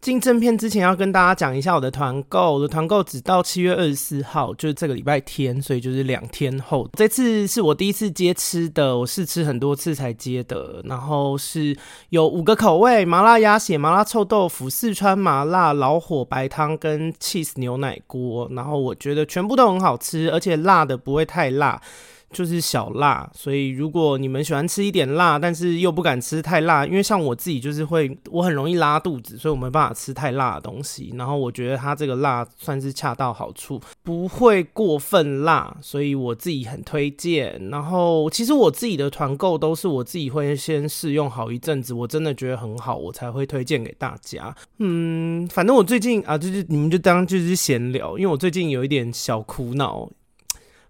进正片之前要跟大家讲一下我的团购，我的团购只到七月二十四号，就是这个礼拜天，所以就是两天后。这次是我第一次接吃的，我试吃很多次才接的，然后是有五个口味：麻辣鸭血、麻辣臭豆腐、四川麻辣、老火白汤跟 cheese 牛奶锅。然后我觉得全部都很好吃，而且辣的不会太辣。就是小辣，所以如果你们喜欢吃一点辣，但是又不敢吃太辣，因为像我自己就是会，我很容易拉肚子，所以我没办法吃太辣的东西。然后我觉得它这个辣算是恰到好处，不会过分辣，所以我自己很推荐。然后其实我自己的团购都是我自己会先试用好一阵子，我真的觉得很好，我才会推荐给大家。嗯，反正我最近啊，就是你们就当就是闲聊，因为我最近有一点小苦恼，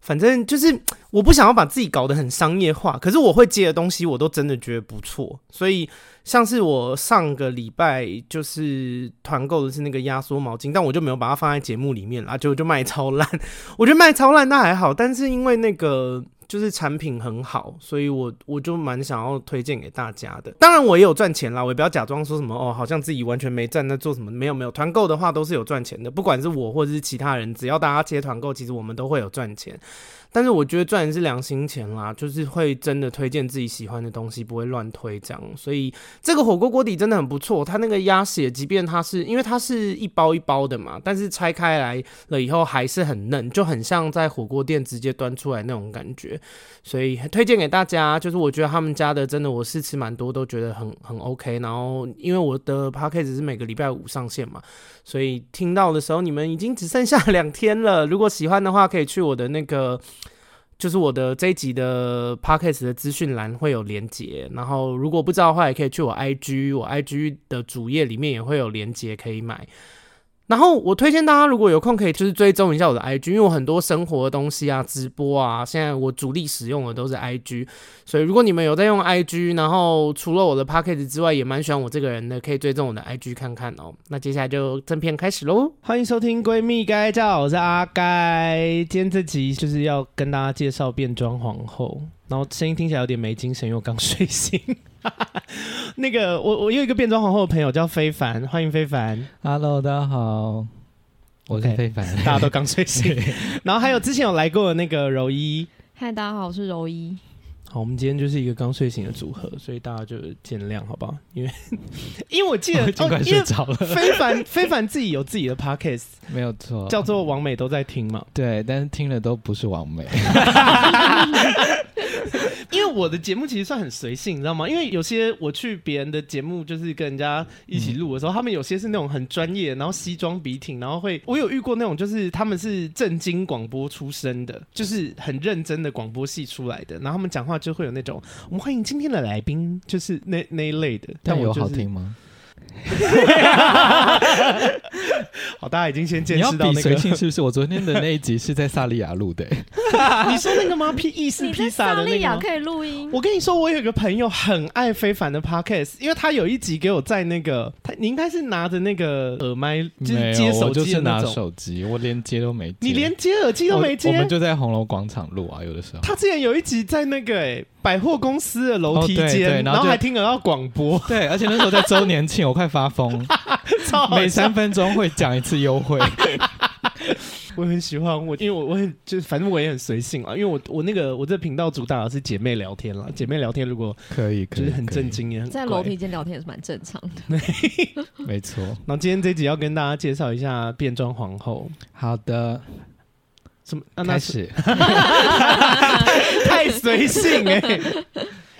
反正就是我不想要把自己搞得很商业化，可是我会接的东西我都真的觉得不错，所以像是我上个礼拜就是团购的是那个压缩毛巾，但我就没有把它放在节目里面啦，结果就卖超烂。我觉得卖超烂那还好，但是因为那个就是产品很好，所以我我就蛮想要推荐给大家的。当然我也有赚钱啦，我也不要假装说什么哦，好像自己完全没赚在做什么，没有没有，团购的话都是有赚钱的，不管是我或者是其他人，只要大家接团购，其实我们都会有赚钱。但是我觉得赚的是良心钱啦，就是会真的推荐自己喜欢的东西，不会乱推这样。所以这个火锅锅底真的很不错，它那个鸭血，即便它是因为它是一包一包的嘛，但是拆开来了以后还是很嫩，就很像在火锅店直接端出来那种感觉。所以推荐给大家，就是我觉得他们家的真的我试吃蛮多，都觉得很很 OK。然后因为我的 p a c k a g e 是每个礼拜五上线嘛，所以听到的时候你们已经只剩下两天了。如果喜欢的话，可以去我的那个。就是我的这一集的 podcast 的资讯栏会有连接，然后如果不知道的话，也可以去我 IG，我 IG 的主页里面也会有连接可以买。然后我推荐大家，如果有空可以就是追踪一下我的 IG，因为我很多生活的东西啊、直播啊，现在我主力使用的都是 IG，所以如果你们有在用 IG，然后除了我的 p a c k a g e 之外，也蛮喜欢我这个人的，可以追踪我的 IG 看看哦。那接下来就正片开始喽，欢迎收听《闺蜜该叫》，我是阿该。今天这集就是要跟大家介绍变装皇后，然后声音听起来有点没精神，因为我刚睡醒。 那个，我我有一个变装皇后的朋友叫非凡，欢迎非凡。 Hello，大家好，我是 OK 非凡。 大家都刚睡醒。然后还有之前有来过的那个柔一。嗨，大家好，我是柔一。好，我们今天就是一个刚睡醒的组合，所以大家就见谅，好不好？因为 因为 我记得，我已经快哦因睡为着了， 非凡非凡自己有自己的 podcast，没有错。叫做“王美都在听” 嘛。对，但是听了都不是完 美。因为我的节目其实算很随性，你知道吗？因为有些我去别人的节目，就是跟人家一起录的时候，他们有些是那种很专业，然后西装笔挺，然后会我有遇过那种，就是他们是正经广播出身的，就是很认真的广播系出来的，然后他们讲话就会有那种我们欢迎今天的来宾，就是那那一类的。但我、有就是、好听吗？ 好，大家已经先见你要识到比那 随个。性是不是？我昨天的那一集是在萨利 亚录的、你说那个吗？披意式你披在萨萨的那利个亚吗。可以录音？我跟你说，我有个朋友很爱非凡的 podcast，因为他有一集给我在那个，他你应该是拿着那个耳麦，就是没接有，手我就机的是那拿种。手机，我连接都没接。你连接耳机都没我，我接们。就在红楼广场录啊，有的时候。他之前有一集在那个哎、百货公司的楼梯哦对间，对然然后就还听得到广播， 对，而且那时候在周年庆，我快发疯， 超好每笑三分钟会讲一次优 惠。我很喜欢我，因为我我很就是反正我也很随性啊，因为我我那个我这频道主打的是姐妹聊天啦，啊姐妹聊天如果可以，可以，就是很可以震，惊也很在怪楼梯间聊天也是蛮正常哦的。没错。然后今天这集要跟大家介绍一下变装皇后，好的，什么？啊、那开是始。太随性 哎、欸！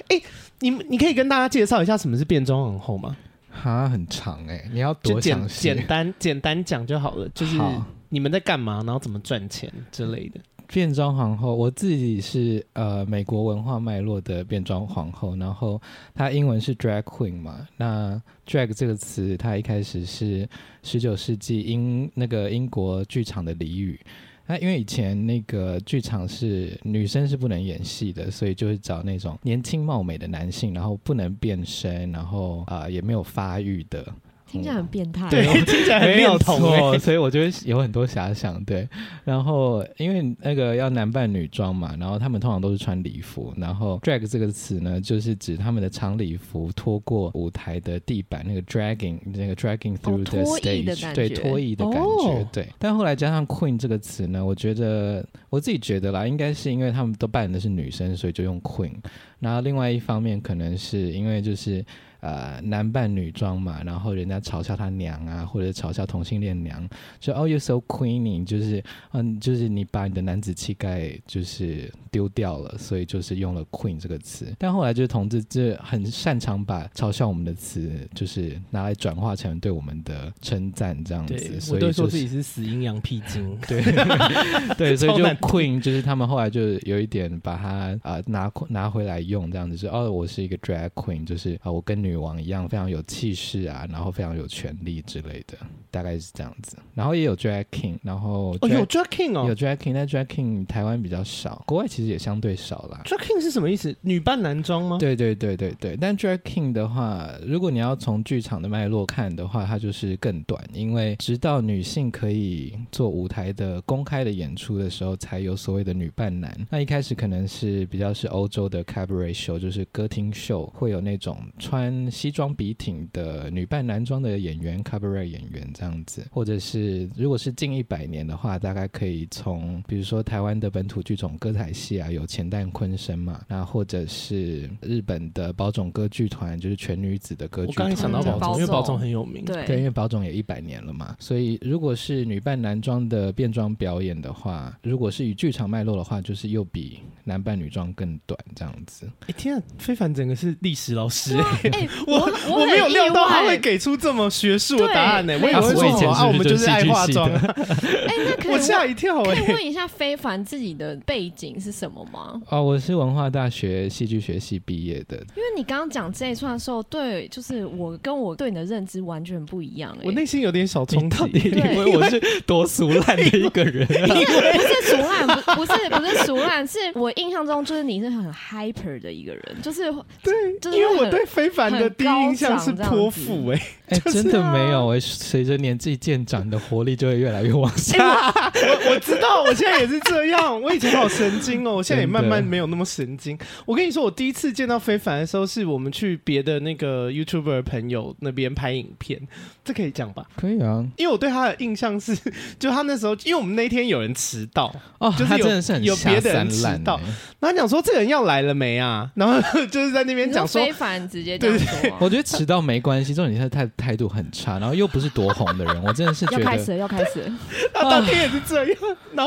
哎、你你可以跟大家介绍一下什么是变装皇后吗？哈，很长哎、你要就多简详细？简单简单讲就好了，就是好你们在干嘛，然后怎么赚钱之类的。变装皇后，我自己是呃美国文化脉络的变装皇后，然后它英文是 drag queen 嘛。那 drag 这个词，它一开始是十九世纪英那个英国剧场的俚语。那因为以前那个剧场是女生是不能演戏的，所以就是找那种年轻貌美的男性，然后不能变身，然后啊、呃也没有发育的。听起来很变 态。对，听 起来很没面有童错，欸所以我觉得有很多遐想。对，然后因为那个要男扮女装嘛，然后他们通常都是穿礼服，然后 drag 这个词呢，就是指他们的长礼服拖过舞台的地板，那个 dragging，那个 dragging 哦 through the 脱衣的 stage，、感对，觉脱衣的感觉，哦对。但后来加上 queen 这个词呢，我觉得我自己觉得啦，应该是因为他们都扮的是女生，所以就用 queen。然后另外一方面，可能是因为就是呃男扮女装嘛，然后人家嘲笑他娘啊，或者嘲笑同性恋娘，就哦 you so queening，就是嗯，就是你把你的男子气概就是丢掉了，所以就是用了 queen 这个词。但后来就是同志这很擅长把嘲笑我们的词，就是拿来转化成对我们的称赞这样子，对，所我以都会就说是自己是死阴阳屁 精。对 对，所以超就难 Queen 就是他们后来就有一点把它啊、呃拿拿回来用，这样子是哦，我是一个 drag queen，就是啊、我跟女王一样非常有气势啊，然后非常有权力之类的，大概是这样子。然后也有 drag king，然后 drag, 哦，有 drag king 有哦 drag king，但 drag king 台湾比较少，国外其实也相对少啦。 ，drag king 是什么意思？女扮男装吗？对对对对对，但 Drag King 的话，如果你要从剧场的脉络看的话，它就是更短，因为直到女性可以做舞台的公开的演出的时候，才有所谓的女扮男。那一开始可能是比较是欧洲的 cabaret show，就是歌厅秀，会有那种哦穿西装笔挺的女扮男装的演员 cabaret 演员这样子，或者是如果是近一百年的话，大概可以从比如说台湾的本土剧种歌仔戏啊，有钱旦昆生嘛，那或者是日本的宝冢歌剧团，就是全女子的歌我剧刚团。才想到宝冢宝总，因为宝总很有名。对对，因为宝冢也一百年了嘛，所以如果是女扮男装的变装表演的话，如果是以剧场脉络的话，就是又比男扮女装更短这样子。哎、天啊，非凡整个是历史老师、对啊欸，哎， 我我没有料到他他会。给出这么学术的答案呢、对我以为我以前说是不是啊，我们就是爱化妆啊，哎，那可以 我问吓一跳哎、可以问一下非凡自己的背景是什么吗？哦，我是文化大学戏剧学系毕业的，因为你刚刚讲这一串的时候，对，就是我跟我对你的认知完全不一样、欸。我内心有点小冲击，你以为我是多俗烂的一个人 啊、不是熟烂，不不是不是熟烂，是我印象中就是你是很 hyper 的一个人，就是对，就是因为我对非凡的第一印象是很高涨泼妇哎、哎、就是啊真的没有哎、随着年纪渐长的活力就会越来越往下。 我我知道，我现在也是这样。我以前好神经哦，我现在也慢慢真的没有那么神经。我跟你说，我第一次见到非凡的时候，是我们去别的那个 YouTuber 朋友那边拍影片，这可以讲吧？可以啊，因为我对他的印象是， 就他那时候，因为我们那天有人迟到，哦，就是他有真的是很有下别的三人知滥道欸然后他讲说这个人要来了没啊？然后就是在那边你说讲说非凡直接这样说啊、我觉得迟到没关系，重点是他态态度很差，然后又不是多红的人，我真的是觉要开得始，了，要开始了，他啊当天也是这样，然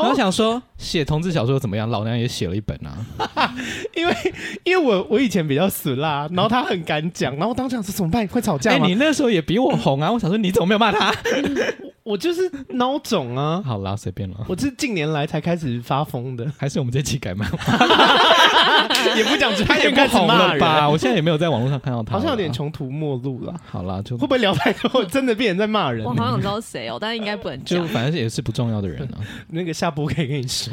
然后后想说写同志小说怎么样，老娘也写了一本啊。因为因为我我以前比较死辣，然后他很敢讲，然后我当时想说怎么办？会吵哎、架吗？你那时候也比我红啊，我想说你怎么没有骂他？我就是孬种啊， 好啦，随便了， 我是近年来才开始发疯 的，还是我们这期改骂，也不讲出来也就不开始红骂了吧？人，我现在也没有在网络上看到他，好像有点。穷途末路了。好啦，就会不会聊太多，真的变成在骂人我？好想知道谁哦，但应该不能就讲。反正也是不重要的人 啊。那个下播可以跟你 说。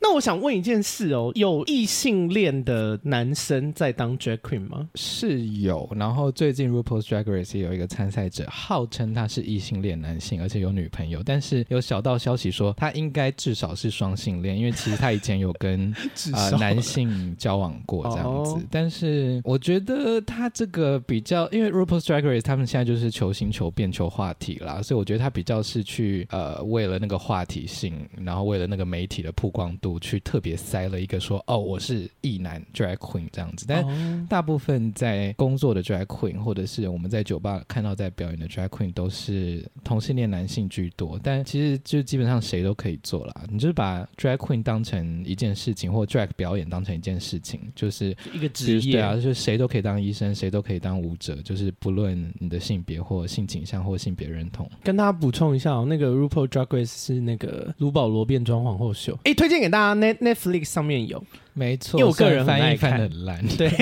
那我想问一件事哦，有异性恋的男生在当 drag queen 吗？是有，然后最近 RuPaul's Drag Race 也有一个参赛者，号称他是异性恋男性，而且有女朋友，但是有小道消息说他应该至少是双性恋，因为其实他以前有跟至啊、少、呃、男性交往过这样子，哦但是我觉得他这个比较，因为 RuPaul's Drag Race 他们现在就是求新求变求话题啦，所以我觉得他比较是去呃为了那个话题性，然后为了那个媒体的曝光度，去特别塞了一个说哦我是异男 Drag Queen 这样子，但哦大部分在工作的 drag queen，或者是我们在酒吧看到在表演的 drag queen，都是同性恋男性居多。但其实就基本上谁都可以做啦。你就是把 drag queen 当成一件事情，或 drag 表演当成一件事情，就是一个其职实业对啊，就是谁都可以当医生，谁都可以当舞者，就是不论你的性别或性倾向或性别认同。跟大家补充一下哦，那个 RuPaul Drag Race 是那个卢保罗变装皇后秀，哎、推荐给大家，Net Netflix 上面有，没错，因为我个人很翻爱译翻看的很烂， 对，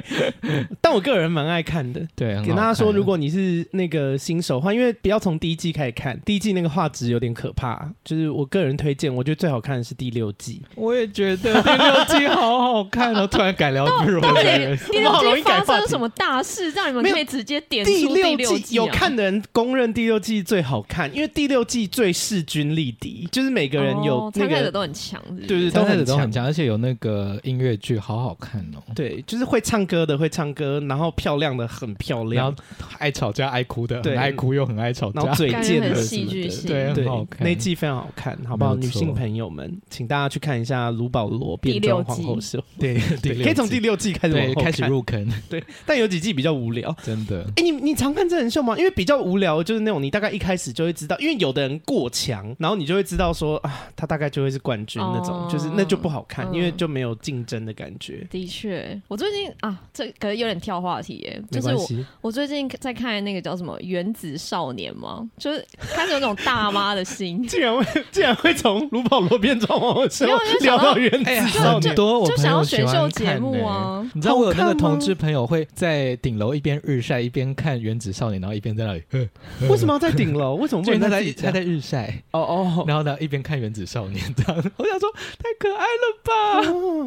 但我个人蛮爱看的。对，很给大好家说，看如果你是那个新手的话，因为不要从第一季季开始看，第一季那个画质有点可怕，就是我个人推荐，我觉得最好看的是第六季。我也觉得第六季好好看哦，突然改 聊日文而的且人，第我好六容季易改发话题生了什么大事，让你们没有可以直接点出第六季啊有看的人公认第六季最好看，因为第六季最势均力敌，就是每个人有哦那参赛个者都很强，是不是对对刚开很始都很强强，而且有那个音乐剧，好好看哦。对，就是会唱歌的会唱歌，然后漂亮的很漂然亮后，爱吵架、爱哭的，对很爱哭又很爱吵然架后，嘴感觉贱很的，戏剧性。对对很啊好，看那一季非常好看，好不好？没女有错性朋友们，请大家去看一下卢保罗变装皇后秀，对对，可以从第六季开始往对后开始看入坑， 对，但有几季比较无聊。真的。哎、你你常看真人秀吗？因为比较无聊，就是那种你大概一开始就会知道，因为有的人过强，然后你就会知道说啊，他大概就会是冠军那种，哦就是那就不好看，嗯因为就没有竞争的感觉。的确，我最近啊，这可能有点跳话题耶，就没是关我系，我最近在看那个叫什么《原子少年》嘛，就是开始有种大妈的 ，心竟然会竟然会从卢保罗变装皇后秀没有因为聊想到哎到 原子哎少年，多就我朋想要友选喜秀欢节看欸目啊呢。你知道我有那好个看吗同志朋友会在顶楼一边日晒一边看《原子少年》，然后一边在那里，呃为什么要在顶楼？为什么因不为能他嗯在自己家他在日晒，哦哦，然后呢一边看《原子少年》这样。 我想说太可爱了吧。哦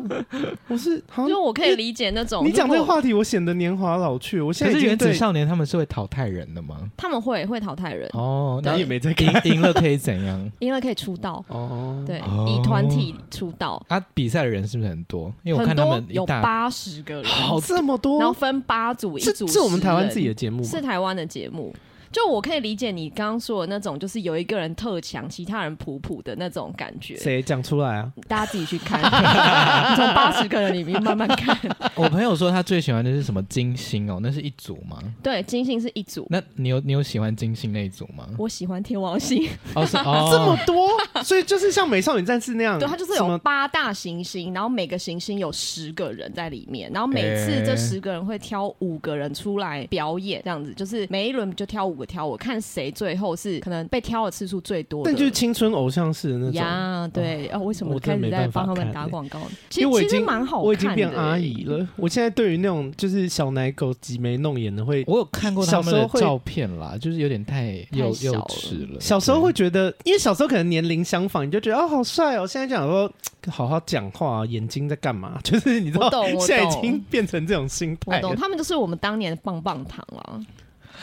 我是好就像我可以理解那种哦你讲这个如果话题，我显得年华老去。我现可在是《已经原子对少年》他们是会淘汰人的吗？他们会会淘汰人，？哦，你那也没在看赢赢了可以怎样赢了可以出道，哦，对，哦以团体出道，啊，比赛的人是不是很多？因为我很看他多们有一大八十个人，好这么哦然后多，分八组，一是组是我们台湾自己的，的节目吗？是台湾的节目。就我可以理解你刚刚说的那种，就是有一个人特强，其他人普普的那种感觉。谁讲出来啊？大家自己去看， 你从八十个人里面慢慢 看。 我朋友说他最喜欢的是什么金星哦，那是一组吗？对，金星是一组，那你有你有喜欢金星那一组吗？我喜欢天王星，哦， 是哦，这么多，所以就是像美少女战士那样，对，它就是嗯什有么八大行星，然后每个行星有十个人在里面，然后每次诶这十个人会挑五个人出来表演，这样子，就是每一轮就挑五个挑五个，我看谁最后是可能被挑的次数最多的。但就是青春偶像式的那种。嗯呀，对，哦，为什么我开真始没在办法帮他们看打欸广告呢？其因为实我已其实经蛮好看的，欸我已经变阿姨。了，我现在对于那种就是小奶狗挤眉弄眼的会。我有看过他小们时候的会照片啦，就是有点太幼太小幼了稚了。小时候会觉得，因为小时候可能年龄相仿，你就觉得哦好帅哦。现在讲说好好讲话、眼睛在干嘛？ 就是你知道我懂，我现在已懂经变成这种心我态了懂，。他们就是我们当年的棒棒糖了。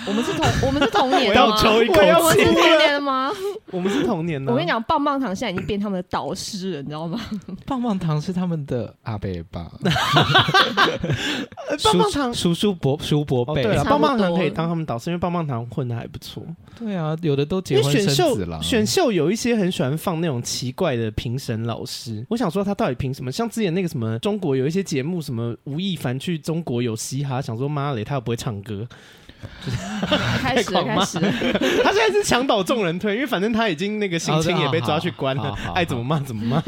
我们是同我们是同年我的要吗？抽一口我们是气同了年的 吗？我们是童年的、我跟你，讲，棒棒糖现在已经变他们的导师了，你知道 吗？棒棒糖是他们的阿伯吧？呃、棒棒糖叔叔叔伯叔伯哦，辈。对了，差不多棒棒糖可以当他们导师，因为棒棒糖混的还不错。对啊，有的都因结为婚选生子秀了。选秀有一些很喜欢放那种奇怪的评审老师，我想说他到底凭什么？像之前那个什么中国有一些节目，什么吴亦凡去中国有嘻哈，想说妈嘞，他又不会唱歌， 开始了，太狂骂开始了。他现在是墙倒众人推，因为反正他已经那个性侵也被抓去关好了好好，好爱怎么骂怎么骂。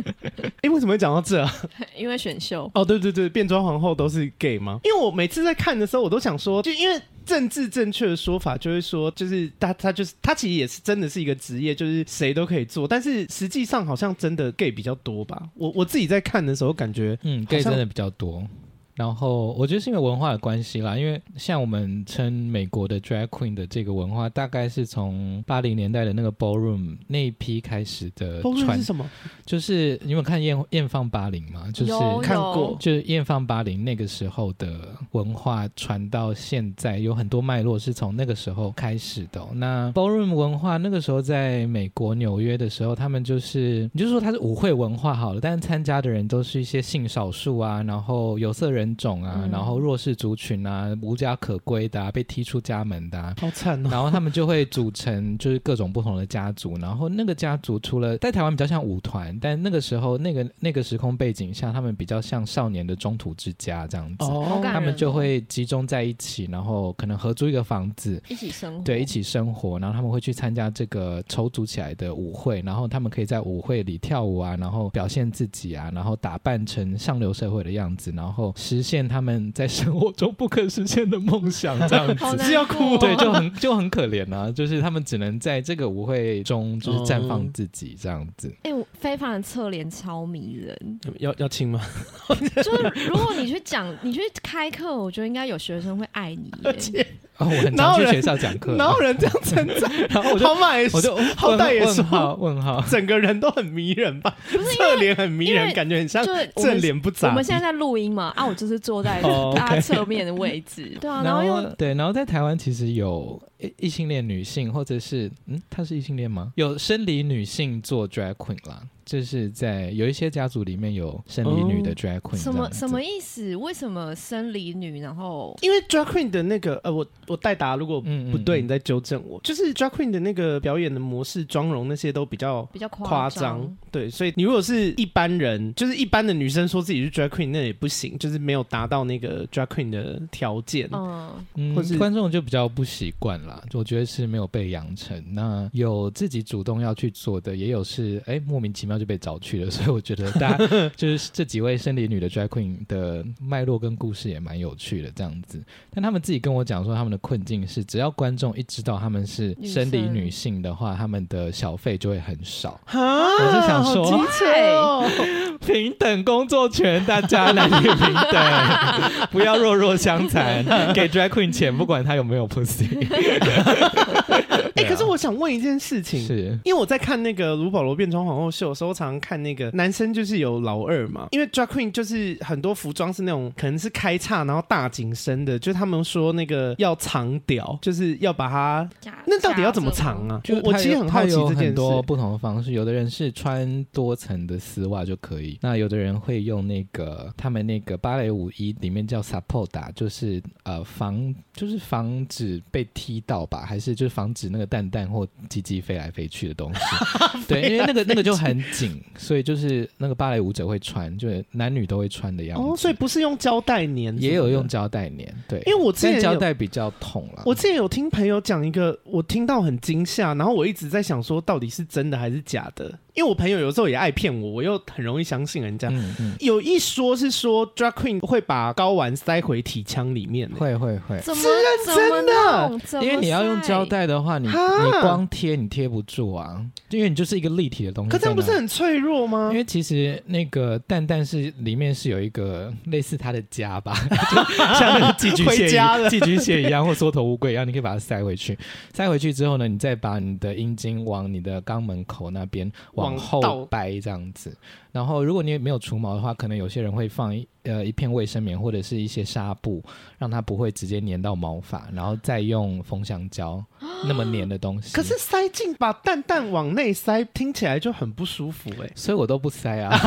哎，为什么会讲到这啊？ 因为选秀，哦，对对对，变装皇后都是 gay 吗？因为我每次在看的时候，我都想说，就因为。政治正确的说法就会说，就是他他就是他其实也是真的是一个职业，就是谁都可以做，但是实际上好像真的 gay 比较多吧。我我自己在看的时候感觉，嗯，gay 好像真的比较多。然后我觉得是因为文化的关系啦，因为像我们称美国的 drag queen 的这个文化，大概是从八零年代的那个 ballroom 那一批开始的包括传是，什么？就是你有没有看艳艳放八零嘛？就是有看有过就是艳放八零那个时候的文化传到现在，有很多脉络是从那个时候开始的哦、那 ballroom 文化那个时候在美国纽约的时候，他们就是你就说它是舞会文化好了，但是参加的人都是一些性少数啊，然后有色人种啊，嗯然后弱势族群啊，无家可归的、啊，被踢出家门的、啊。好惨哦！然后他们就会组成就是各种不同的家族，然后那个家族除了在台湾比较像舞团，但那个时候那个那个时空背景下，他们比较像少年的中途之家这样子，好感他哦人们就会集中在一起，然后可能合租一个房子。一起生活，哦对，一起生活，然后他们会去参加这个筹组起来的舞会，然后他们可以在舞会里跳舞啊，然后表现自己啊，然后打扮成上流社会的样子，然后实实现他们在生活中不可实现的梦想，这样好子。 难是要哭过哦对，就很就很可怜啊，就是他们只能在这个舞会中就是绽放自己这样子。哎、我非凡的侧脸超迷人，要要亲吗？ 就是如果你去讲，你去开课，我觉得应该有学生会爱你耶。哦，我很哪常有去人学校讲课，哪有人这样称赞？ 然后我就好买，我就好歹也问说号问号，整个人都很迷人吧？不是因为 侧脸很迷因人，为感觉很像就是我正们脸不我咋们地。现在在录音嘛， 啊，我就是坐在哦，OK 大家侧面的位置，对啊，然后又对，然后在台湾其实有异异性恋女性，或者是嗯，她是异性恋吗？有生理女性做 drag queen 啦，就是在有一些家族里面有生理女的哦 drag queen，、什么什么？意思？为什么生理女？然后因为 drag queen 的那个呃，我我代答，如果嗯嗯不对，嗯你再纠正我。就是 drag queen 的那个表演的模式、妆容那些都比较比较夸张张，，对，所以你如果是一般人，就是一般的女生说自己是 drag queen，那也不行，就是没有达到那个 drag queen 的条件。嗯，嗯或是，观众就比较不习惯啦，我觉得是没有被养成。那有自己主动要去做的，也有是哎莫名其妙就被找去了，所以我觉得大 家就是这几位生理女的 drag queen 的脉络跟故事也蛮有趣的这样子。但他们自己跟我讲说，他们的困境是，只要观众一知道他们是生理女性的话，他们的小费就会很少。哈，我是想说好机车哦，平等工作权，大家男女平 等，不要弱弱相 残，给 drag queen 钱，不管他有没有 pussy。 对哎、啊可是我想问一件事情，是，因为我在看那个卢保罗变装皇后秀的时候，常常看那个男生就是有老二嘛，因为 drag queen 就是很多服装是那种可能是开叉然后大紧身的，就是他们说那个要长屌，就是要把它假那到底要怎么藏？啊？就我我它其实有很它好奇有这件很事。多不同的方式，有的人是穿多层的丝袜就可以，那有的人会用那个他们那个芭蕾舞衣里面叫 support，打就是呃防就是防止被踢到吧，还是就是防止那个蛋蛋或鸡鸡飞来飞去的东西。 对，因为那个那个就很紧，所以就是那个芭蕾舞者会穿，就是男女都会穿的样子。哦，所以不是用胶带粘，也有用。胶带粘，对，因为我之前但胶有带比较痛了。我之前有听朋友讲一个，我听到很惊吓，然后我一直在想说到底是真的还是假的，因为我朋友有时候也爱骗我，我又很容易相信人家。嗯嗯，有一说是说 drag queen 会把睾丸塞回体腔里面、欸，会会会。怎么是认怎么真的弄？怎么因为你要用晒胶，带的话，你哈你光贴你贴不住啊，因为你就是一个立体的东西可在那。这样不是很脆弱吗因？为其实那个蛋蛋是里面是有一个类似它的家 吧，就像那个寄居蟹回一家了寄居蟹一样，或缩头乌龟一样，你可以把它塞回去。塞回去之后呢，你再把你的阴茎往你的肛门口那边往往后倒掰这样子。然后，如果你没有除毛的话，可能有些人会放一呃一片卫生棉或者是一些纱布，让它不会直接粘到毛发，然后再用封箱胶那么粘的东西。可是塞进把蛋蛋往内塞，听起来就很不舒服哎、所以我都不塞啊，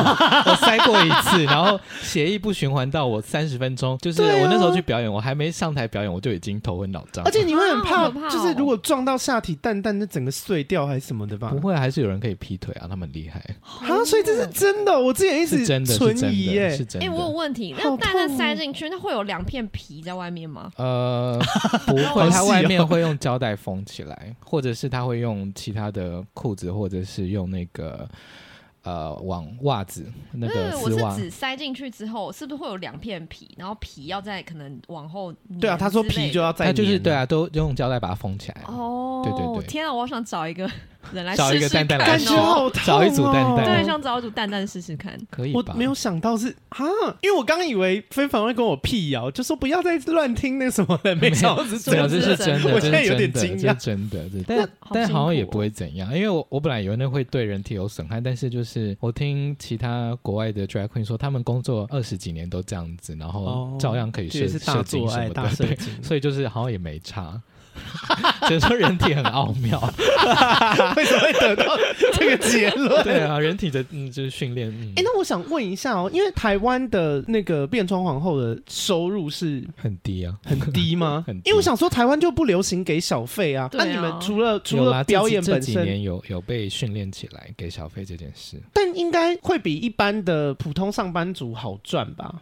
我塞过一次，然后血液不循环到我三十分钟，就是对啊我那时候去表演，我还没上台表演，我就已经头昏脑胀而。且你会很啊怕，好可怕哦就是如果撞到下体蛋蛋，那整个碎掉还是什么的吧啊不？会，还是有人可以劈腿啊，他们 厉害，啊，所以这是真的，我之前一直是真的，是存真疑耶、的，是真哎，我有的。问题，那好蛋蛋痛哦塞进去，那会有两片皮在外面吗？ 呃，不好会，细哦它外面会用胶带封起来，或者是他会用其他的裤子，或者是用那个呃网袜子那不个是，嗯我丝袜是。指塞进去之后，是不是会有两片皮？然后皮要再可能往后粘对啊，他说之类皮的就要再它就是粘对啊，都用胶带把它封起来。哦，对对对天啊，我好想找一个人来找一试个试蛋蛋来看感试觉哦好痛、哦、找一组蛋蛋对，想找一组蛋蛋试试看。可以我吧？没有想到是啊，因为我刚以为非凡会跟我辟谣，就说不要再乱听那什么了，没想到是这对真的。啊，样这是子真的，这是我现在有真点的惊这讶是真的，这但好但辛好像也苦哦不会怎样，因为我我本来以为那会对人体有损害，但是就是我听其他国外的 drag queen 说，他们工作二十几年都这样子，然后哦照样可以这也射是射大精做什爱、么大的，射对，精，所以就是好像也没差。 只能说人体很奥妙，为什么会得到这个结 论？对啊，人体的嗯就是训练，嗯哎、，那我想问一下哦，因为台湾的那个变装皇后的收入是很低啊，？很低吗 很低因为我想说，台湾就不流行给小费啊。对那、啊你们除了除有啦了这表几演这本几身，年有有被训练起来给小费这件事，但应该会比一般的普通上班族好赚吧？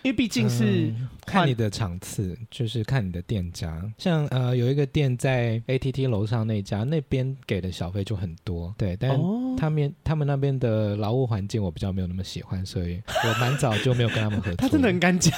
因为毕竟是、嗯看换你的场次，就是看你的店家。像呃，有一个店在 ATT 楼上那家，那边给的小费就很多，对，但哦，他们他们那边的劳务环境我比较没有那么喜欢，所以我蛮早就没有跟他们合作。 他真的很敢讲、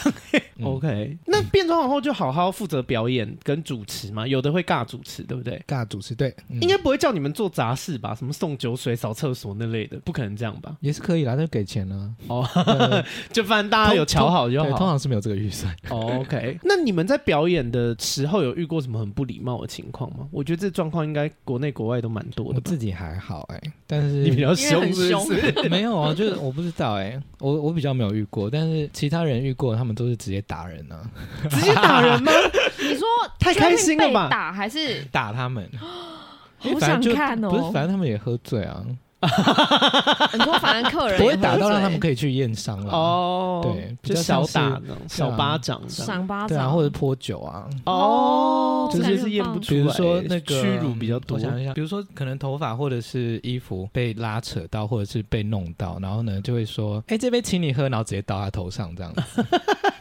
嗯 OK，那变装皇后就好好负责表演跟主持嘛，有的会尬主持，对不对？尬主持，对，嗯应该不会叫你们做杂事吧？什么送酒水、扫厕所那类的，不可能这样吧？也是可以啦，但是给钱啦。哦， 呃就反正大家有瞧好就对，通好。常是没有这个预算。哦 OK，那你们在表演的时候有遇过什么很不礼貌的情况吗？我觉得这状况应该国内国外都蛮多我的吧。自己还好哎、但是你比因较为凶很是不是？没有啊，就是我不知道哎、我我比较没有遇过，但是其他人遇过，他们都是直接打人啊， 直接打人吗？ 你说太开心了吧被打还是打他们。因好为反想正就看哦？不是，反正他们也喝醉啊，很多反正客人不会打到让他也们醉可以去验伤了。哦，对啊比就较小像打那种小巴掌这样。赏巴掌，对啊，或者泼酒啊，哦，就这是就是验不出比来。如说那个屈辱比较多我，想一下，比如说可能头发或者是衣服被拉扯到，或者是被弄到，然后呢就会说，哎、这杯请你喝，然后直接倒他头上这样 子。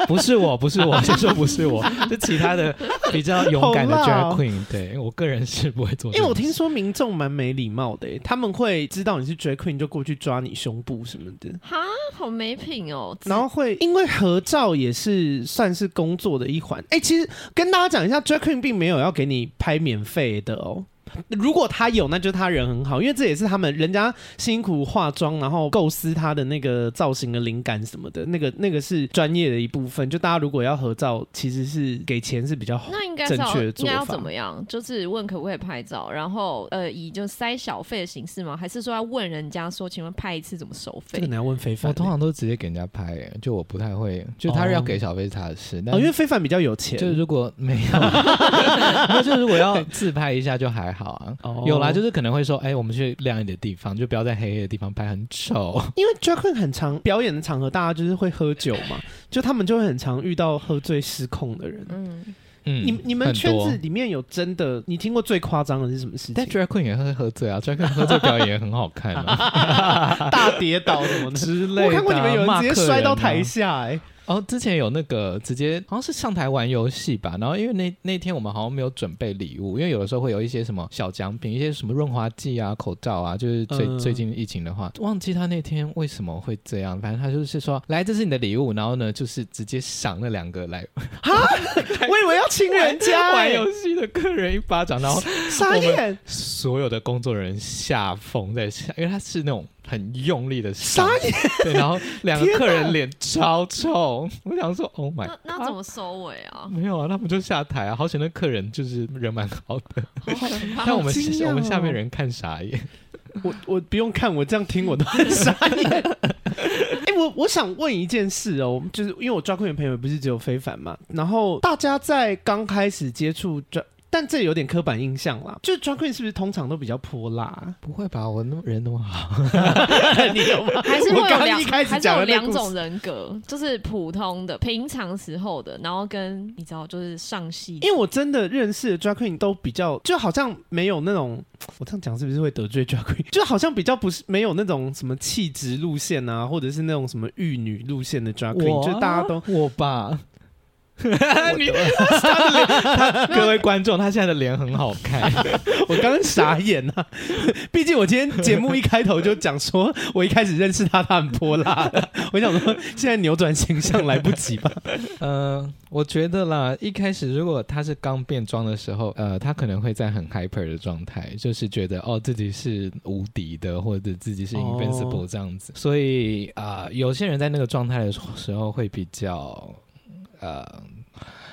不是我，不是我，先说不是 我，就其他的比较勇敢的好辣 drag 哦 queen，对，因为我个人是不会做这种事。因为我听说民众蛮没礼貌的耶，欸他们会知道你是 drag queen 就过去抓你胸部什么的，哈，好没品哦。然后会因为合照也是算是工作的一环。哎、其实跟大家讲一下，drag queen 并没有要给你拍免费的哦。如果他有，那就是他人很好，因为这也是他们人家辛苦化妆，然后构思他的那个造型的灵感什么的，那个那个是专业的一部分。就大家如果要合照，其实是给钱是比较好。那应该是正要确的应做法该要怎么样？就是问可不可以拍照，然后呃，以就塞小费的形式吗？还是说要问人家说，请问拍一次怎么收这费个？你要问非凡、我通常都直接给人家拍、欸就我不太会，就他要给小费是他的事，但哦，因为是非凡比较有钱，就如果没 有，那就如果要自拍一下就还好啊。哦有啦，就是可能会说，哎、我们去亮一点的地方，就不要在黑黑的地方拍，很丑。因为 drag queen 很常表演的场合，大家就是会喝酒嘛，就他们就会很常遇到喝醉失控的人。嗯，嗯你你们圈子很多里面有真的，你听过最夸张的是什么事但情？ drag queen 也会喝醉啊，drag queen 喝醉表演也很好看啊 大跌倒什么的。之类的啊。我看过你们有人骂直接客摔到人啊台下、哎，哦，之前有那个直接好像是上台玩游戏吧，然后因为那那天我们好像没有准备礼物，因为有的时候会有一些什么小奖品，一些什么润滑剂啊、口罩啊，就是最、嗯最近疫情的话，忘记他那天为什么会这样，反正他就是说，来这是你的礼物，然后呢就是直接赏那两个来我以为要亲人 家、玩哎，游戏的客人一巴掌，然后傻眼，所有的工作人员吓疯在下，因为他是那种很用力的傻赏，眼。对，然后两个天客人脸超臭，我想说，Oh 哎 my 那那怎么收尾啊？没有啊，他们就下台啊。好险，那客人就是人蛮好的， 好可怕但我们惊讶哦我们下面人看傻眼。我我不用看，我这样听我都很傻 眼。哎、我我想问一件事哦，就是因为我抓 queen 的朋友不是只有非凡嘛，然后大家在刚开始接触抓，但这有点刻板印象啦，就是抓 queen 是不是通常都比较泼辣 啊？不会吧？我那么人那么好，你有吗？还是我会有刚刚两一开还始是讲有的那两故事种人格，就是普通的、平常时候的，然后跟你知道，就是上戏因为我真的认识的 drag queen 都比较，就好像没有那种，我这样讲是不是会得罪 drag queen？就 好像比较不是没有那种什么气质路线啊，或者是那种什么玉女路线的 drag queen，就大家都啊我吧。 你他的脸，他各位观众，他现在的脸很好看， 我刚刚傻眼啊！毕竟我今天节目一开头就讲说，我一开始认识他，他很泼辣的。我想说，现在扭转形象来不及吧？嗯、我觉得啦，一开始如果他是刚变装的时候，呃，他可能会在很 hyper 的状态，就是觉得哦自己是无敌的，或者自己是哦 invincible 这样子。所以啊、呃有些人在那个状态的时候会比较，呃，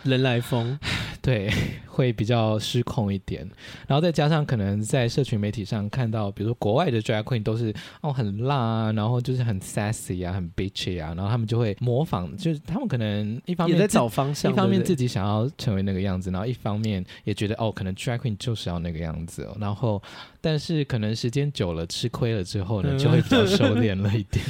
人来疯，对， 会比较失控一点。然后再加上可能在社群媒体上看到，比如说国外的 drag queen 都是哦很辣啊，然后就是很 sassy 啊，很 bitchy 啊，然后他们就会模仿，就是他们可能一方也面在自己找方向。一方面对自不对己想要成为那个样子，然后一方面也觉得哦，可能 drag queen 就是要那个样子、哦，然后但是可能时间久了吃亏了之后呢，嗯就会比较收敛了一 点。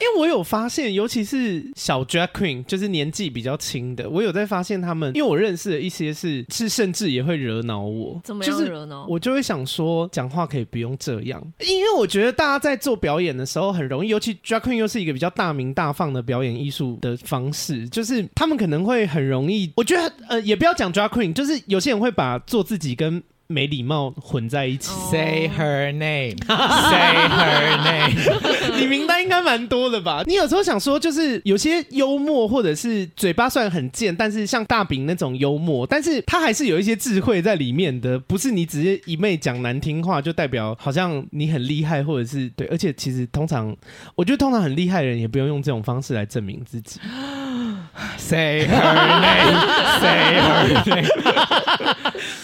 因为我有发现，尤其是小 drag queen，就是年纪比较轻的，我有在发现他们，因为我认识的一些是是，甚至也会惹恼我，怎么就样是。惹呢？我就会想说，讲话可以不用这样，因为我觉得大家在做表演的时候很容易，尤其 drag queen 又是一个比较大名大放的表演艺术的方式，就是他们可能会很容易，我觉得呃，也不要讲 drag queen，就是有些人会把做自己跟没礼貌混在一起。哦 Say her name, say her name。 你名单应该蛮多的吧？你有时候想说，就是有些幽默，或者是嘴巴虽然很贱，但是像大饼那种幽默，但是他还是有一些智慧在里面的，不是你直接一昧讲难听话就代表好像你很厉害，或者是对。而且其实通常，我觉得通常很厉害的人也不用用这种方式来证明自己。 Say her name, say her name。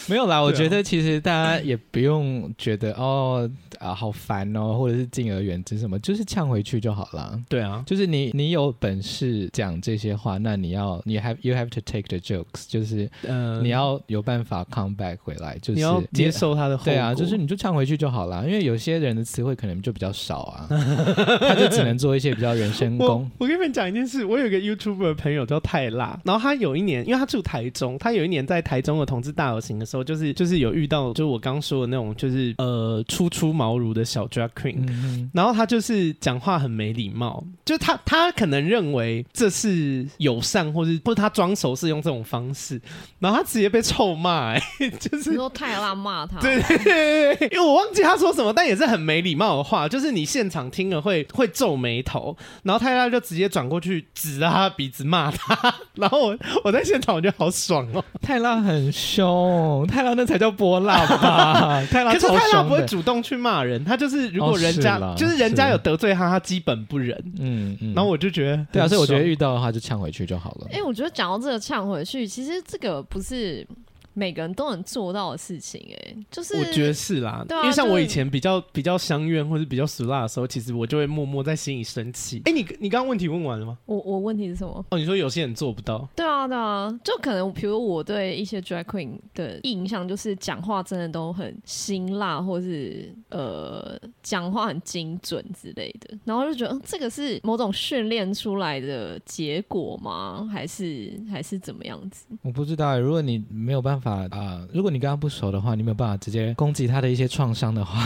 没有啦，我对啊觉得其实大家也不用觉得哦啊好烦哦，或者是敬而远之什么，就是呛回去就好啦。对啊，就是你你有本事讲这些话，那你要你 have you have to take the jokes，就是呃，你要有办法 come back 回来，就是你要接。受他的后果。对啊，就是你就唱回去就好啦，因为有些人的词汇可能就比较少 啊，他就只能做一些比较人身我攻。我跟你们讲一件事，我有一个 YouTuber 朋友叫泰辣，然后他有一年，因为他住台中，他有一年在台中的同志大游行的时候，就是就是有遇到，就是我刚说的那种，就是呃初出茅庐的小 drag queen，、嗯然后他就是讲话很没礼貌，就他他可能认为这是友善，或是或者他装熟是用这种方式，然后他直接被臭骂、哎， 就是你说泰拉骂他，对对对对，因为我忘记他说什么，但也是很没礼貌的话，就是你现场听了会会皱眉头，然后泰拉就直接转过去指着他鼻子骂他， 然后我我在现场我觉得好爽哦，泰拉很凶，泰拉那才叫波浪 吧？泰拉可是超泰拉凶不会的。主动去骂人，他就是如果哦人家、是啦就是人家是有得罪他，他基本不忍，嗯嗯，然后我就觉得对啊，所以我觉得很爽遇到的话就呛回去就好了。哎、我觉得讲到这个呛回去，其实这个不是每个人都能做到的事情、哎，就是我觉得是啦，对啊因为像就我是以前比较比较相怨或者比较俗辣的时候，其实我就会默默在心里生气。哎、你你刚刚问题问完了吗？我我问题是什么？哦，你说有些人做不到，对啊，对啊，就可能比如我对一些 drag queen 的印象就是讲话真的都很辛辣，或是呃讲话很精准之类的，然后就觉得、嗯这个是某种训练出来的结果吗？还是还是怎么样子？我不知道欸，如果你没有办法啊、呃如果你跟他不熟的话，你没有办法直接攻击他的一些创伤的话，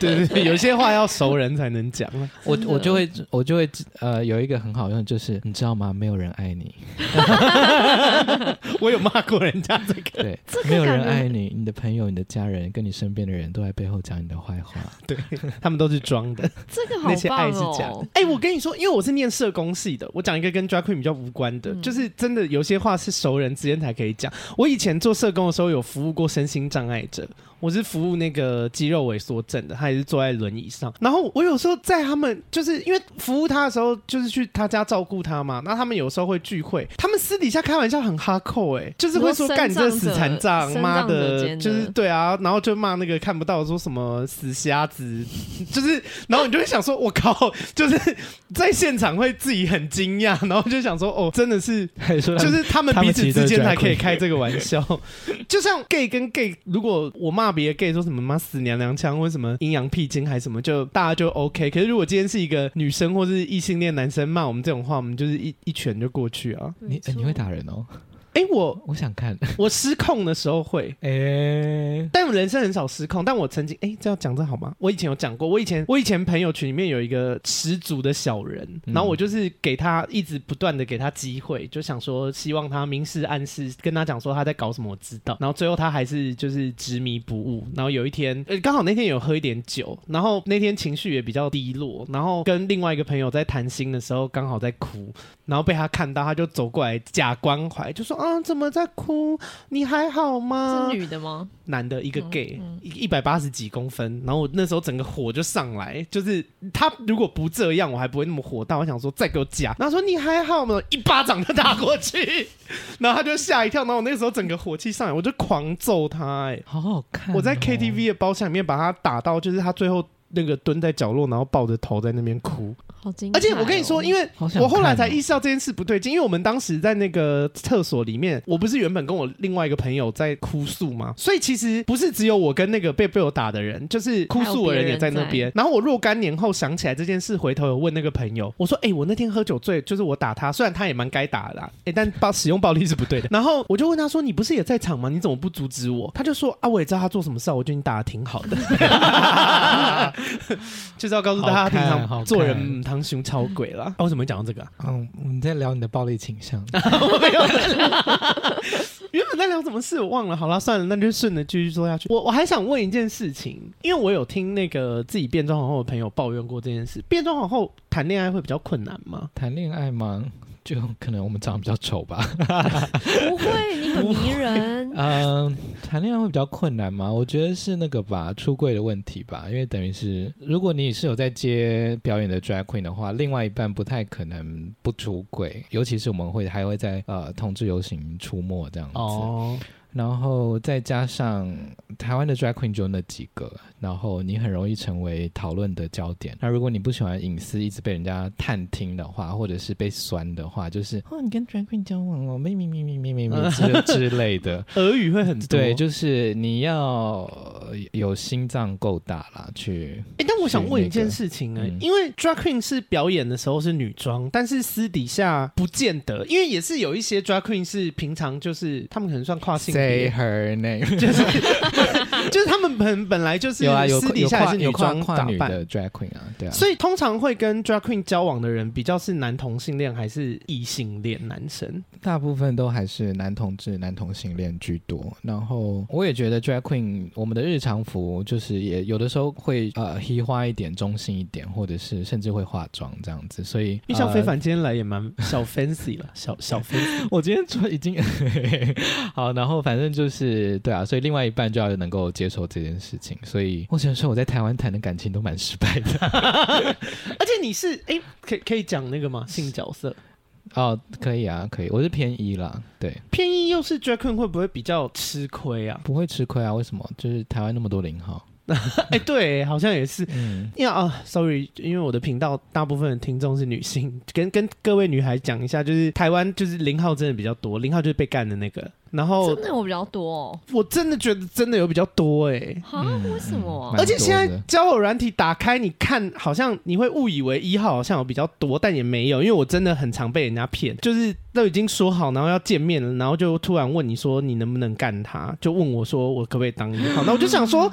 对对对，有些话要熟人才能讲 啊。我真的我就会我就会呃有一个很好用的，就是嗯你知道吗？没有人爱 你，我有骂过人家这个，对，这个没有人感觉爱你，你的朋友、你的家人跟你身边的人都在背后讲你的坏 话。对他们都是装的，这个好那些爱棒是假哦的！。哎、我跟你说，因为我是念社工系的，我讲一个跟 drag queen 比较无关的，嗯就是真的有些话是熟人之间才可以讲。我以前做社工的时候有服务过身心障碍者，我是服务那个肌肉萎缩症的，他也是坐在轮椅上。然后我有时候在他们就是因为服务他的时候，就是去他家照顾他嘛，那他们有时候会聚会，他们私底下开玩笑很哈扣哎、就是会说你说干你这身障死者残障，身妈障者 的，间的就是对啊，然后就骂那个看不到说什么死瞎子，就是然后你就会想说，我靠，就是在现场会自己很惊讶，然后就想说，哦，真的是还 说就是他们彼此之间才可以开这个玩笑， 就像 gay 跟 gay，如果我骂别的 gay 说什么妈死娘娘腔或什么阴阳屁精还是什么，就大家就 OK。可是如果今天是一个女生或是异性恋男生骂我们这种话，我们就是一一拳就过去 啊。你、呃你会打人哦，哎、我我想看。 我失控的时候会。哎、但我人生很少失控，但我曾经哎、这样讲这好吗？我以前有讲过，我以前我以前朋友群里面有一个十足的小人，嗯然后我就是给他一直不断的给他机会，就想说希望他明示暗示跟他讲说他在搞什么，我知道。然后最后他还是就是执迷不悟。然后有一天，呃，刚好那天有喝一点酒，然后那天情绪也比较低落，然后跟另外一个朋友在谈心的时候，刚好在哭，然后被他看到，他就走过来假关怀，就说啊怎么在哭？你还好吗？是女的吗？男的，一个嗯 gay，嗯一一百八十几公分，然后我那时候整个火就上来，就是他如果不这样，我还不会那么火大。我想说再给我夹，然后说你还好吗？一巴掌就打过去，然后他就吓一跳，然后我那时候整个火气上来，我就狂揍他、哎，好好看哦、我在 KTV 的包厢里面把他打到，就是他最后。那个蹲在角落，然后抱着头在那边哭。好精彩哦、而且我跟你说，因为好想我后来才看哦意识到这件事不对劲，因为我们当时在那个厕所里面，我不是原本跟我另外一个朋友在哭诉吗？所以其实不是只有我跟那个被被我打的人，就是哭诉的人也在那还有别边。然后我若干年后想起来这件事，回头有问那个朋友，我说：“哎、我那天喝酒醉，就是我打他，虽然他也蛮该打的啦，哎、但暴使用暴力是不对的。”然后我就问他说：“你不是也 在场吗？你怎么不阻止我？”他就说：“啊，我也知道他做什么事啊，我觉得你打的挺好的。” 就是要告诉大家，好平看常好做看人嗯唐熊超鬼啦。哦，我怎么会讲到这个啊？嗯，我们在聊你的暴力倾向。我没有在聊原本在聊什么事我忘了，好啦，算了，那就顺着继续说下去。我我还想问一件事情，因为我有听那个自己变装皇后的朋友抱怨过这件事，变装皇后谈恋爱会比较困难吗？谈恋爱吗？就可能我们长得比较丑吧。不会，你 很迷人。嗯，谈恋爱会比较困难吗？我觉得是那个吧，出柜的问题吧。因为等于是，如果你是有在接表演的 drag queen 的话，另外一半不太可能不出柜，尤其是我们会还会在呃同志游行出没这样子。哦，然后再加上台湾的 drag queen 就那几个，然后你很容易成为讨论的焦点。那如果你不喜欢隐私一直被人家探听的话，或者是被酸的话，就是哦，你跟 drag queen 交往哦，咩咩咩咩咩咩 咩之之类的。俄语会很多。 对，就是你要呃有心脏够大啦，去哎、但我想问是一那件个事情呢、啊嗯因为 drag queen 是表演的时候是女装，但是私底下不见得，因为也是有一些 drag queen 是平常就是他们可能算跨性 say 别， her name。 就是就是他们本本来就是有啊，有私底有下也跨是女有跨装跨打女扮。的 drag queen 啊，对啊。所以通常会跟 drag queen 交往的人，比较是男同性恋还是异性恋男生？大部分都还是男同志、男同性恋居多。然后我也觉得 drag queen 我们的日常服就是也有的时候会呃黑化一点、中性一点，或者是甚至会化妆这样子。所以呃因为像非、凡今天来也蛮小 fancy 了，小 小 fancy。呃我今天穿已经 好，然后反正就是对啊，所以另外一半就要能够接受这件事情。所以我只能说我在台湾谈的感情都蛮失败的 而且你是哎、可以可以讲那个吗？性角色哦，可以啊，可以，我是偏一啦，对，偏一又是 drag queen 会不会比较吃亏啊？ 不会吃亏啊。为什么？就是台湾那么多零号，哎、对，好像也是。嗯，因为啊，sorry，因为我的频道大部分的听众是女性，跟跟各位女孩讲一下，就是台湾就是零号真的比较多，零号就是被干的那个。然后真的我比较多哦，我真的觉得真的有比较多哎、哈？为什么啊？蛮而且现多在的交友软体打开，你看好像你会误以为一号好像有比较多，但也没有，因为我真的很常被人家骗，就是都已经说好，然后要见面了，然后就突然问你说你能不能干他，就问我说我可不可以当一号，那我就 想说。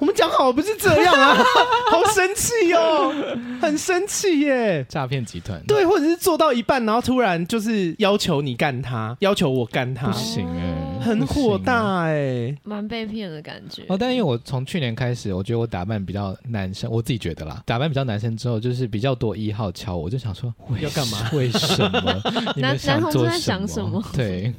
我们讲好不是这样啊，好生气哦，很生气耶。诈骗集团，对，或者是做到一半，然后突然就是要求你干他，要求我干他啊不，行哎、很火不行欸。大哎、蛮被骗的感觉。哦，但因为我从去年开始，我觉得我打扮比较男生，我自己觉得啦，打扮比较男生之后，就是比较多一号敲我，我就想说为要干嘛？ 为什么？你男们想男同做志在想什什么对，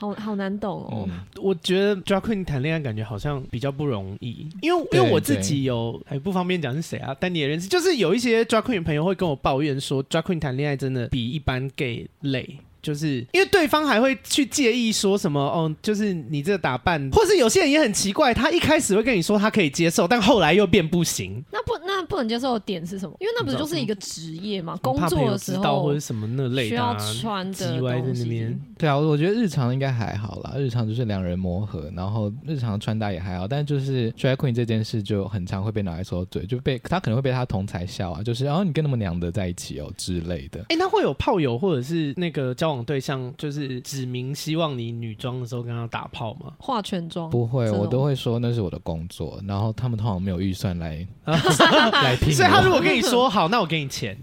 好好难懂哦。嗯，我觉得 drag queen 谈恋爱感觉好像比较不容易，因为因为对我自己有哎不方便讲是谁啊，但你也认识，就是有一些 drag queen 朋友会跟我抱怨说，drag queen 谈恋爱真的比一般 gay 累。就是因为对方还会去介意说什么哦，就是你这打扮，或是有些人也很奇怪，他一开始会跟你说他可以接受，但后来又变不行。那不那不能接受的点是什么？因为那不是就是一个职业嘛，工怕朋作友的知时道候或者什么那类需的、要啊，穿的叽歪在东那西边。对啊，我觉得日常应该还好啦，日常就是两人磨合，然后日常穿搭也还好，但就是 drag queen 这件事就很常会被拿来说嘴，就被他可能会被他同才笑啊，就是哦你跟那么娘的在一起哦之类的。哎、那会有炮友或者是那个交往对象，就是指明希望你女装的时候跟他打炮吗？化全妆，不会，这种我都会说那是我的工作，然后他们通常没有预算来 来聘所以他如我，果跟你说好，那我给你钱，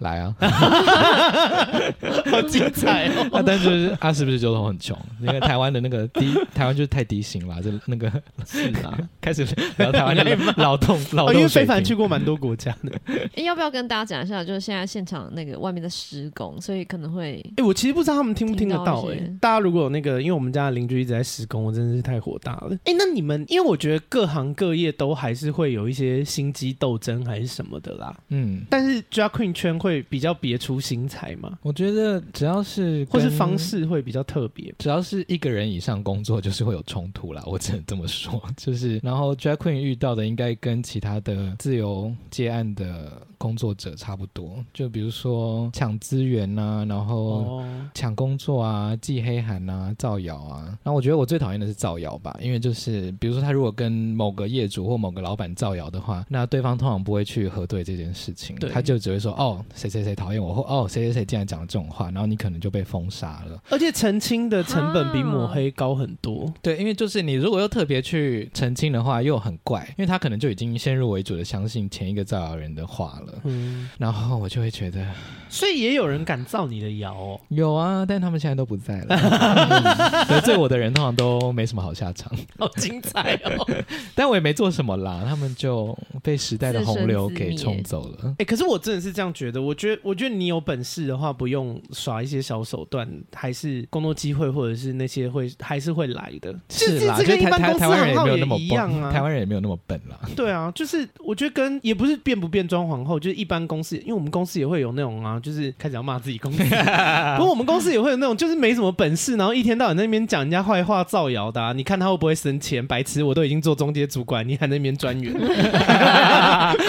来啊， 好精彩 哦！啊， 但就是他是不是就都很穷？因为台湾的那个低， 台湾就是太低薪了，这那个是啊， 开始聊台湾 的劳动劳哦，动因为水非凡去平过蛮多国家 的。诶要不要跟大家讲一下？就是现在现场那个外面在施工，所以可能会哎、我其实不知道他们听不听得听到到哎、一些大家如果有那个，因为我们家的邻居一直在施工，我真的是太火大了。哎、那你们，因为我觉得各行各业都还是会有一些心机斗争还是什么的啦。嗯，但是 drag queen 圈会比较别出心裁嘛，我觉得只要是或是跟方。式会比较特别。只要是一个人以上工作，就是会有冲突啦。 我只能这么说，就是然后 drag queen 遇到的应该跟其他的自由接案的工作者差不多，就比如说抢资源呐、然后哦，抢工作啊、寄黑函啊、造谣啊。然后我觉得我最讨厌的是造谣吧，因为就是比如说他如果跟某个业主或某个老板造谣的话，那对方通常不会去核对这件事情对，他就只会说哦谁谁谁讨厌我，或哦谁谁谁竟然讲了这种话，然后你可能就被封杀了。而且澄清的成本比抹黑高很多。对，因为就是你如果又特别去澄清的话，又很怪，因为他可能就已经先入为主的相信前一个造谣人的话了。嗯，然后我就会觉得所以也有人敢造你的谣 哦。有啊，但他们现在都不在 了。嗯得罪我的人通常都没什么好下场，好精彩哦！ 哎、但我也没做什么啦，他们就被时代的洪流给冲走了。欸可是我真的是这样觉得。我觉得，我觉得你有本事的话，不用耍一些小手段，还是工作机会或者是那些会还是会来的。就是啦，这就跟一台般台公司台湾人行也号没有也那么一笨样啊。台湾人也没有那么笨啦。对啊，就是我觉得跟也不是变不变装皇后，就是一般公司，因为我们公司也会有那种啊，就是开始要骂自己公 司，不过我们公司也会有那种就是没什么本事，然后一天到晚在那边讲人家坏话、造谣的、啊，你看他会不会生钱？白痴，我都已经做中介主管，你还在那边专 员，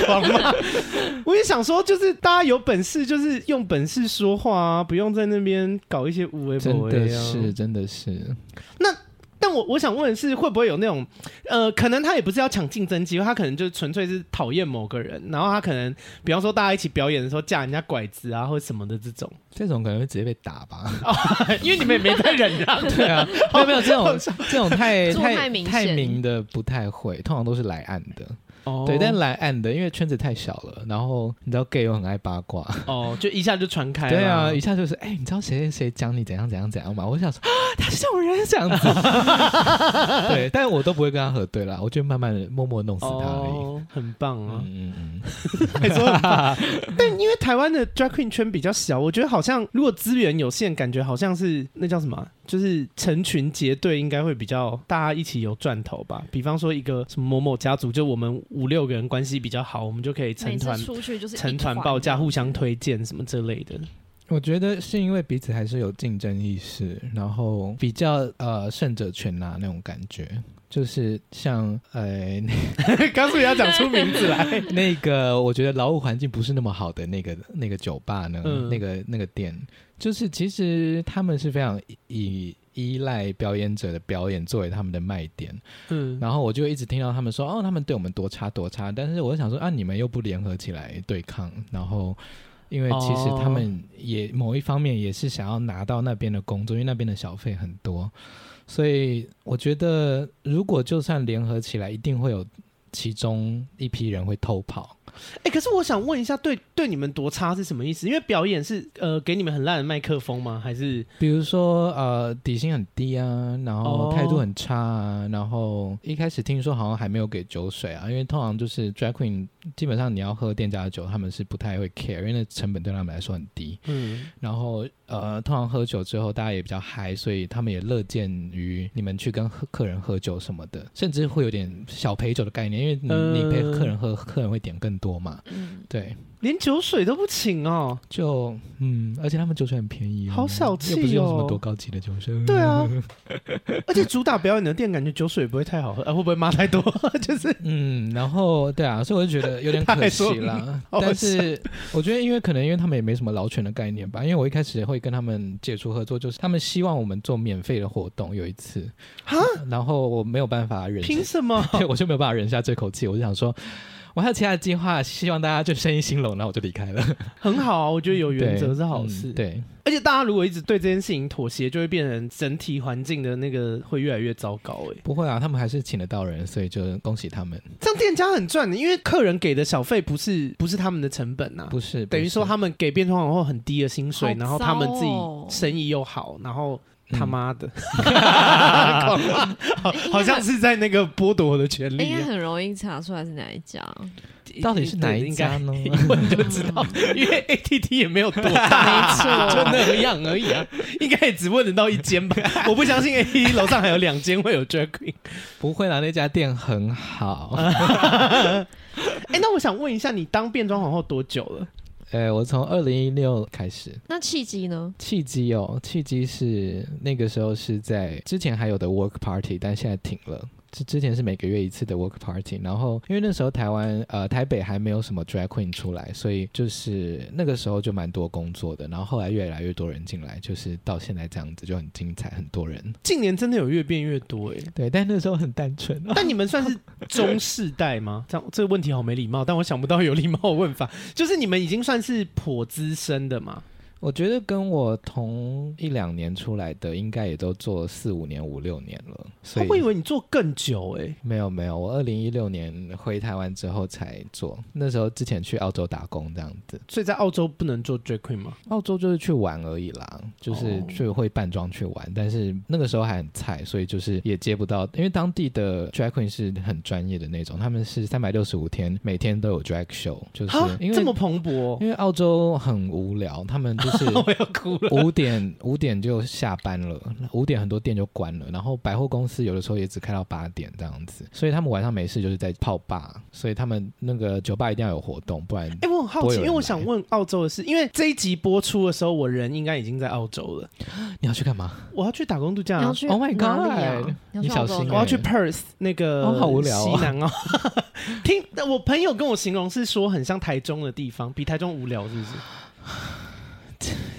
狂骂。我也想说，就是大家有本事，就是用本事说话啊，不用在那边搞一些无为不真为啊。的是，真的是，但我我想问的是，会不会有那种，呃，可能他也不是要抢竞争机会，他可能就纯粹是讨厌某个人，然后他可能，比方说大家一起表演的时候架人家拐子啊，或什么的这种， 这种可能会直接被打吧？因为你们也没在忍让。对啊，没有没有这种这种太做太太明显太明的不太会，通常都是来暗的。哦对，但来暗的，因为圈子太小了，然后你知道 gay 又很爱八卦，哦，就一下就传开了。对啊，一下就是哎、你知道谁谁谁讲你怎样怎样怎样吗？我想说、啊、 他是这种人这样子， 对，但我都不会跟他核对啦，我就慢慢的默默弄死他而已。哦，很棒啊！嗯嗯还说很棒，但因为台湾的 drag queen 圈比较小，我觉得好像如果资源有限，感觉好像是那叫什么啊，就是成群结队，应该会比较大家一起有赚头吧。比方说一个什么某某家族，就我们五六个人关系比较好，我们就可以成每次团出去就是一成团团报价，互相推荐什么之类的。 我觉得是因为彼此还是有竞争意识，然后比较呃胜者全拿那种感觉。就是像呃那刚是不是要讲出名字 来？ 那个，我觉得劳务环境不是那么好的那个那个酒吧呢，嗯那个那个店，就是其实他们是非常以以依赖表演者的表演作为他们的卖点，嗯，然后我就一直听到他们说，哦，他们对我们多差多差，但是我就想说啊，你们又不联合起来对抗，然后。因为其实哦他们也某一方面也是想要拿到那边的工作，因为那边的小费很多，所以我觉得如果就算联合起来，一定会有其中一批人会偷跑。哎、可是我想问一下，对对你们多差是什么意思？因为表演是呃给你们很烂的麦克风吗？还是比如说呃，底薪很低啊，然后哦态度很差啊，然后一开始听说好像还没有给酒水啊，因为通常就是 drag queen 基本上你要喝店家的酒，他们是不太会 care，因为那成本对他们来说很低。嗯然后呃，通常喝酒之后大家也比较嗨，所以他们也乐见于你们去跟客客人喝酒什么的，甚至会有点小陪酒的概念，因为你、你陪嗯客人喝，客人会点更多嘛。嗯，对，连酒水都不请哦？就嗯，而且他们酒水很便宜、哦，好小气哦又不是用什么多高级的酒水。对啊， 而且主打表演的店感觉酒水也不会太好喝，啊、会不会骂太多？ 就是嗯，然后对啊，所以我就觉得有点 他可还说惜啦。好但是我觉得，因为可能因为他们也没什么劳权的概念吧，因为我一开始会跟他们解除合作，就是他们希望我们做免费的活动，有一次，啊，然后我没有办法忍凭什么？对，我就没有办法忍下这口气，我就想说。我还有其他的计划，希望大家就生意兴隆，然后我就离开了。很好啊，我觉得有原对则是好嗯事。，对，而且大家如果一直对这件事情妥协，就会变成整体环境的那个会越来越糟糕、欸。哎，不会啊，他们还是请得到人，所以就恭喜他们。这样店家很赚的，因为客人给的小费不是不是他们的成本呐、不是，啊等于不是说他们给变装皇后很低的薪水，好然后他们自己糟哦生意又好，然后。嗯他妈的，狂骂 好哎好像是在那个剥夺我的权利应该啊，很容易查出来是哪一 家。到底是哪对一应该家 呢？问就知道， 因为 ATT 也没有多大，没错就那样而已啊，应该也只问得到一间 吧。我不相信 ATT 楼上还有两间会有 drag queen。 不会啦，那家店很 好。哎、那我想问一下，你当变装皇后多久了？呃，我从二零一六开始，那契机呢？契机哦，契机是那个时候是在之前还有的 work party，但现在停了。之之前是每个月一次的 work party，然后因为那时候台湾呃台北还没有什么 drag queen 出来，所以就是那个时候就蛮多工作的，然后后来越来越多人进来，就是到现在这样子就很精彩，很多人近年真的有越变越多哎、对，但那时候很单纯哦。但你们算是中世代吗？ 这样这个问题好没礼貌，但我想不到有礼貌的问法。就是你们已经算是颇资深的嘛？ 我觉得跟我同一两年出来的，应该也都做四五年、五六年了，所以我以为你做更久哎、没有没有，我二零一六年回台湾之后才做，那时候之前去澳洲打工这样子，所以在澳洲不能做 drag queen 吗？澳洲就是去玩而已啦，就是哦去会扮装去玩，但是那个时候还很菜，所以就是也接不到，因为当地的 drag queen 是很专业的那种，他们是三百六十五天每天都有 drag show，就是哈，因这为么蓬勃，因为澳洲很无聊，他们 就是 我要哭了。五点 五点就下班了，五点很多店就关了，然后百货公司有的时候也只开到八点这样子，所以他们晚上没事就是在泡吧，所以他们那个酒吧一定要有活动，不然哎、我很好不会奇，有因人为我想来问澳洲的是，因为这一集播出的时候，我人应该已经在澳洲了，你要去干嘛？我要去打工度假你要啊、去 Oh my 哪里啊 God，你要去你小澳洲心我欸要去 Perth 那个、哦好无聊哦西南澳。 听我朋友跟我形容是说很像台中的地方，比台中无聊是不是？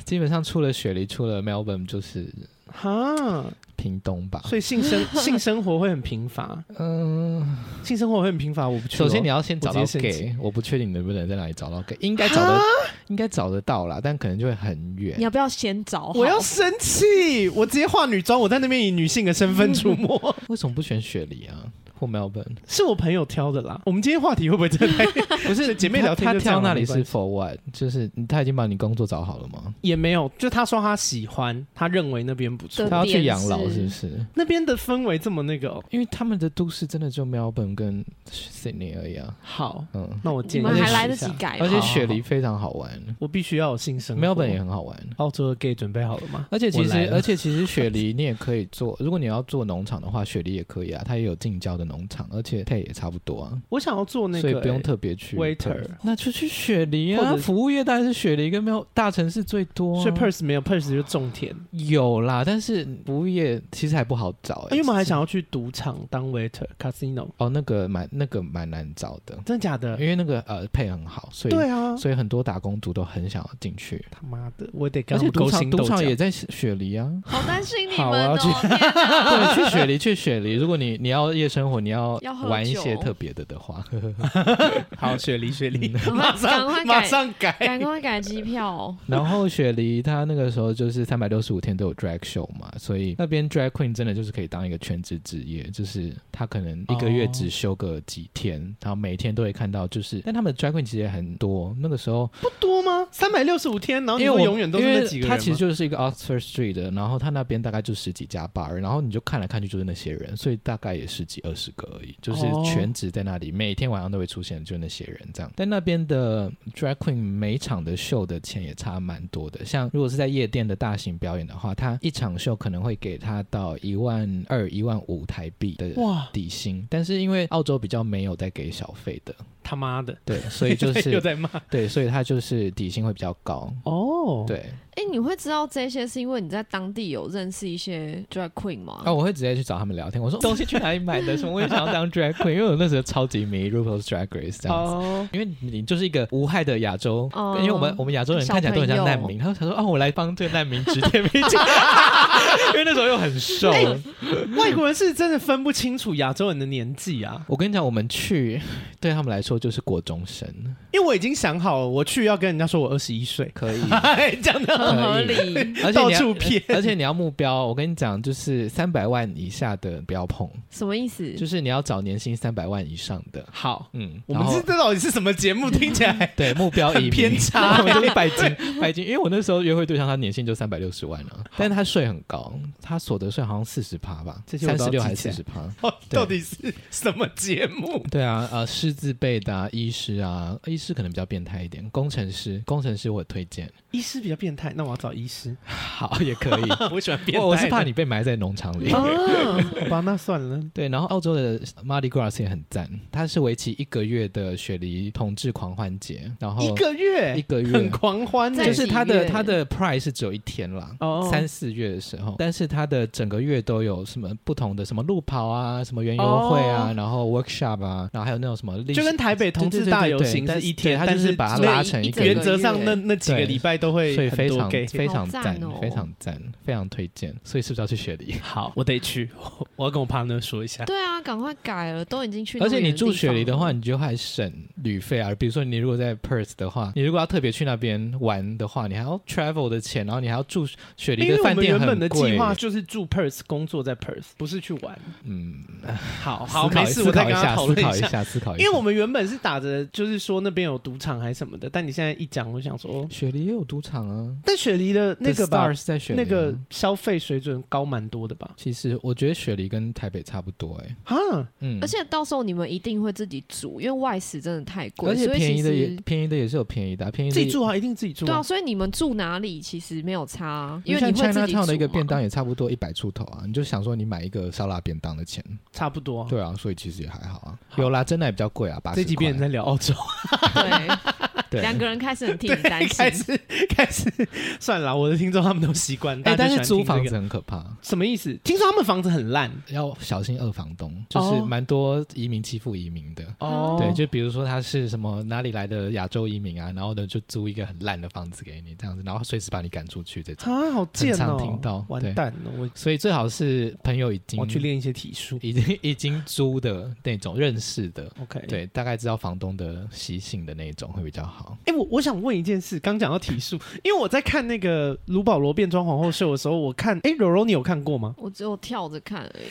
基本上除了雪梨，除了 Melbourne 就是哈，屏东吧。所以性生性生活会很贫乏， 嗯、性生活会很贫乏，我不去哦。首先你要先找到我直接生 gay，我不确定你能不能在哪里找到 gay，应该找得应该找得到啦，但可能就会很远你。要不要先找好？我要生气，我直接化女装，我在那边以女性的身份出没， 为什么不选雪梨啊？或 Melbourne？是我朋友挑的啦。我们今天话题会不会真的太不是姐妹聊天他就他这样挑了那里没是关系 for what？就是他已经把你工作找好了吗？也没有，就他说他喜欢，他认为那边不错对，他要去点养老是是不是？那边的氛围这么那个、哦、因为他们的都市真的就 Melbourne 跟 Sydney 而已啊，好，嗯，那我你建议们而且还来试得一下及，改吗，，而且好雪梨非常好玩我必须要有性生活。 ，Melbourne 也很好玩。澳洲的 gay 准备好了吗？而且其我实来，了而且其实雪梨你也可以做， 如果你要做农场的话，雪梨也可以啊，它也有近郊的农场，而且配也差不多啊，我想要做那个、所以不用欸特别去 waiter 那就去雪梨或啊，者服务业当然是雪梨跟没有大城市最多、啊，所以 Perth 没有，Perth 就种田。有啦，但是服务业其实还不好找、欸，啊哎因为我们还想要去赌场当 waiter casino，哦，那个蛮那个蛮难找的，真的假的？因为那个呃配很好，所以对啊，所以很多打工族都很想要进去。他妈的，我得而跟他且们勾赌场心斗赌场角。也在雪梨 啊好担心你好我们要哦！去 天哪对，去雪梨去雪梨，如果你你要夜生活，你要要喝玩一些酒特别的的话， 好，雪梨，雪梨，赶快马上赶快改马上赶改。快改机票哦，然后雪梨它那个时候就是三百六十五天都有 drag show 嘛，所以那边 drag queen 真的就是可以当一个全职职业，就是他可能一个月哦只休个几天，然后每天都会看到，就是但他们 drag queen 其实也很多，那个时候不多吗？三百六十五天，然后你因为说我永远都是那几个人吗他其实就是一个 Oxford Street 的，然后他那边大概就十几家 bar，然后你就看来看去就是那些人，所以大概也十几二十个而已，就是哦全职在那里，每天晚上都会出现，就那些人这样。但那边的 drag queen 每场的秀的钱也差蛮多的，像如果是在夜店的大型表演的话，他一场秀可能会给他到一万二、一万五台币的。哇，底薪，但是因为澳洲比较没有在给小费的，他妈的，对，所 以就又是在骂对，所以他就是底薪会比较高，哦。，对。哎、你会知道这些是因为你在当地有认识一些 drag queen 吗？啊，我会直接去找他们聊天。我说 东西去哪里买的？什么我也想要当 drag queen，因为我那时候超级迷 RuPaul's Drag Race 这样子。哦，因为你就是一个无害的亚洲，哦因为我们我们亚洲人看起来都很像难民，他就想说哦，我来帮这个难民指点迷津， 因为那时候又很瘦。哎外国人是真的分不清楚亚洲人的年纪啊，我跟你讲，我们去对他们来说就是国中生，因为我已经想好了，我去要跟人家说我二十一岁，可 以，讲的很合可以理，而且到你要处骗。而且你要目标，我跟你讲，就是三百万以下的不要碰，什么意思？就是你要找年薪三百万以上的，好，嗯，我然们后这这到底是什么节目？听起来对，目标很移民偏差 我们就是拜金，拜金。因为我那时候约会对象他年薪就三百六十万啊，但是他税很高，他所得税好像四十趴吧，这些我三都十要六还记起是来四十趴？对到底是什么节目？对啊，呃，师字辈的、啊、医师啊，医师可能比较变态一点，工程师，工程师我推荐，医师比较变态，那我要找医师。 好也可以。 我喜欢变态我的，我是怕你被埋在农场里。哦，好吧，那算了。对，然后澳洲洲的 Mardi Gras 也很赞，它是为期一个月的雪梨同志狂欢节，然后一个月一个月很狂欢呢、在嗯就是它的几月它的 price 是只有一天啦，哦三四月的时候，但是它的整个月都有什么不同的什么路跑啊，什么园游会啊，哦然后 workshop 啊，然后还有那种什么历史就跟台北同对对志对大对游对行但是一天，对它但就是把它只有拉一成一个整原个则上月那那几个对礼拜都会所以很非多常 gay 非好常赞赞哦，非常赞，非常推荐。所以是不是要去雪梨？好，我得去， 我要跟我 partner 说一下。对啊，赶快改了，都已经去那而么且远地方了。你住雪梨的话，你就还省旅费啊。比如说你如果在 Perth 的话，你如果要特别去那边玩的话，你还要 travel 的钱，然后你还要住雪梨因为的我饭们店原很本的贵计划就是住 Perth，工作在 Perth，不是去玩。嗯， 好好，思考没一事，思我再考一跟他下，讨思论考一一下。下，思考一下。因为我们原本是打着就是说那边有赌场还是什么的，但你现在一讲，我想说，雪梨也有赌场啊，但雪梨的那 The 个吧， Stars 在雪梨那啊个。消费水准高蛮多的吧？其实我觉得雪梨跟台北差不多哎、哈，嗯，而且到时候你们一定会自己煮，因为外食真的太贵，而且所以便宜其的也实便宜的也是有便宜的啊、便宜的自己住啊，一定自己住对啊啊，。所以你们住哪里其实没有差啊，因为像你会 China 自己 Town 煮啊的一个嘛便当也差不多一百出头啊，你就想说你买一个烧腊便当的钱，差不多啊。对啊，所以其实也还好啊。好有啦，真奶比较贵啊，八这十几遍在聊澳洲，对， 对，两个人开始很替你担 开心。始开始算了，我的听众他们都习惯。哎、大家但就喜是租欢听这房个子很可怕，什么意思？听说他们房子很烂要小心二房东，就是哦蛮多移民欺负移民的。哦对，就比如说他是什么哪里来的亚洲移民啊，然后呢就租一个很烂的房子给你，这样子，然后随时把你赶出去这种。啊，好贱很哦！常听到完对蛋了，我所以最好是朋友已经哦我去练一些体术。已经已经租的那种认识的， OK，，对，大概知道房东的习性的那一种会比较好。 哎、我我想问一件事，刚讲到体术，因为我在看那个卢保罗变装皇后秀的时候，我看，哎、柔柔你有看过吗？我只有跳着看而已，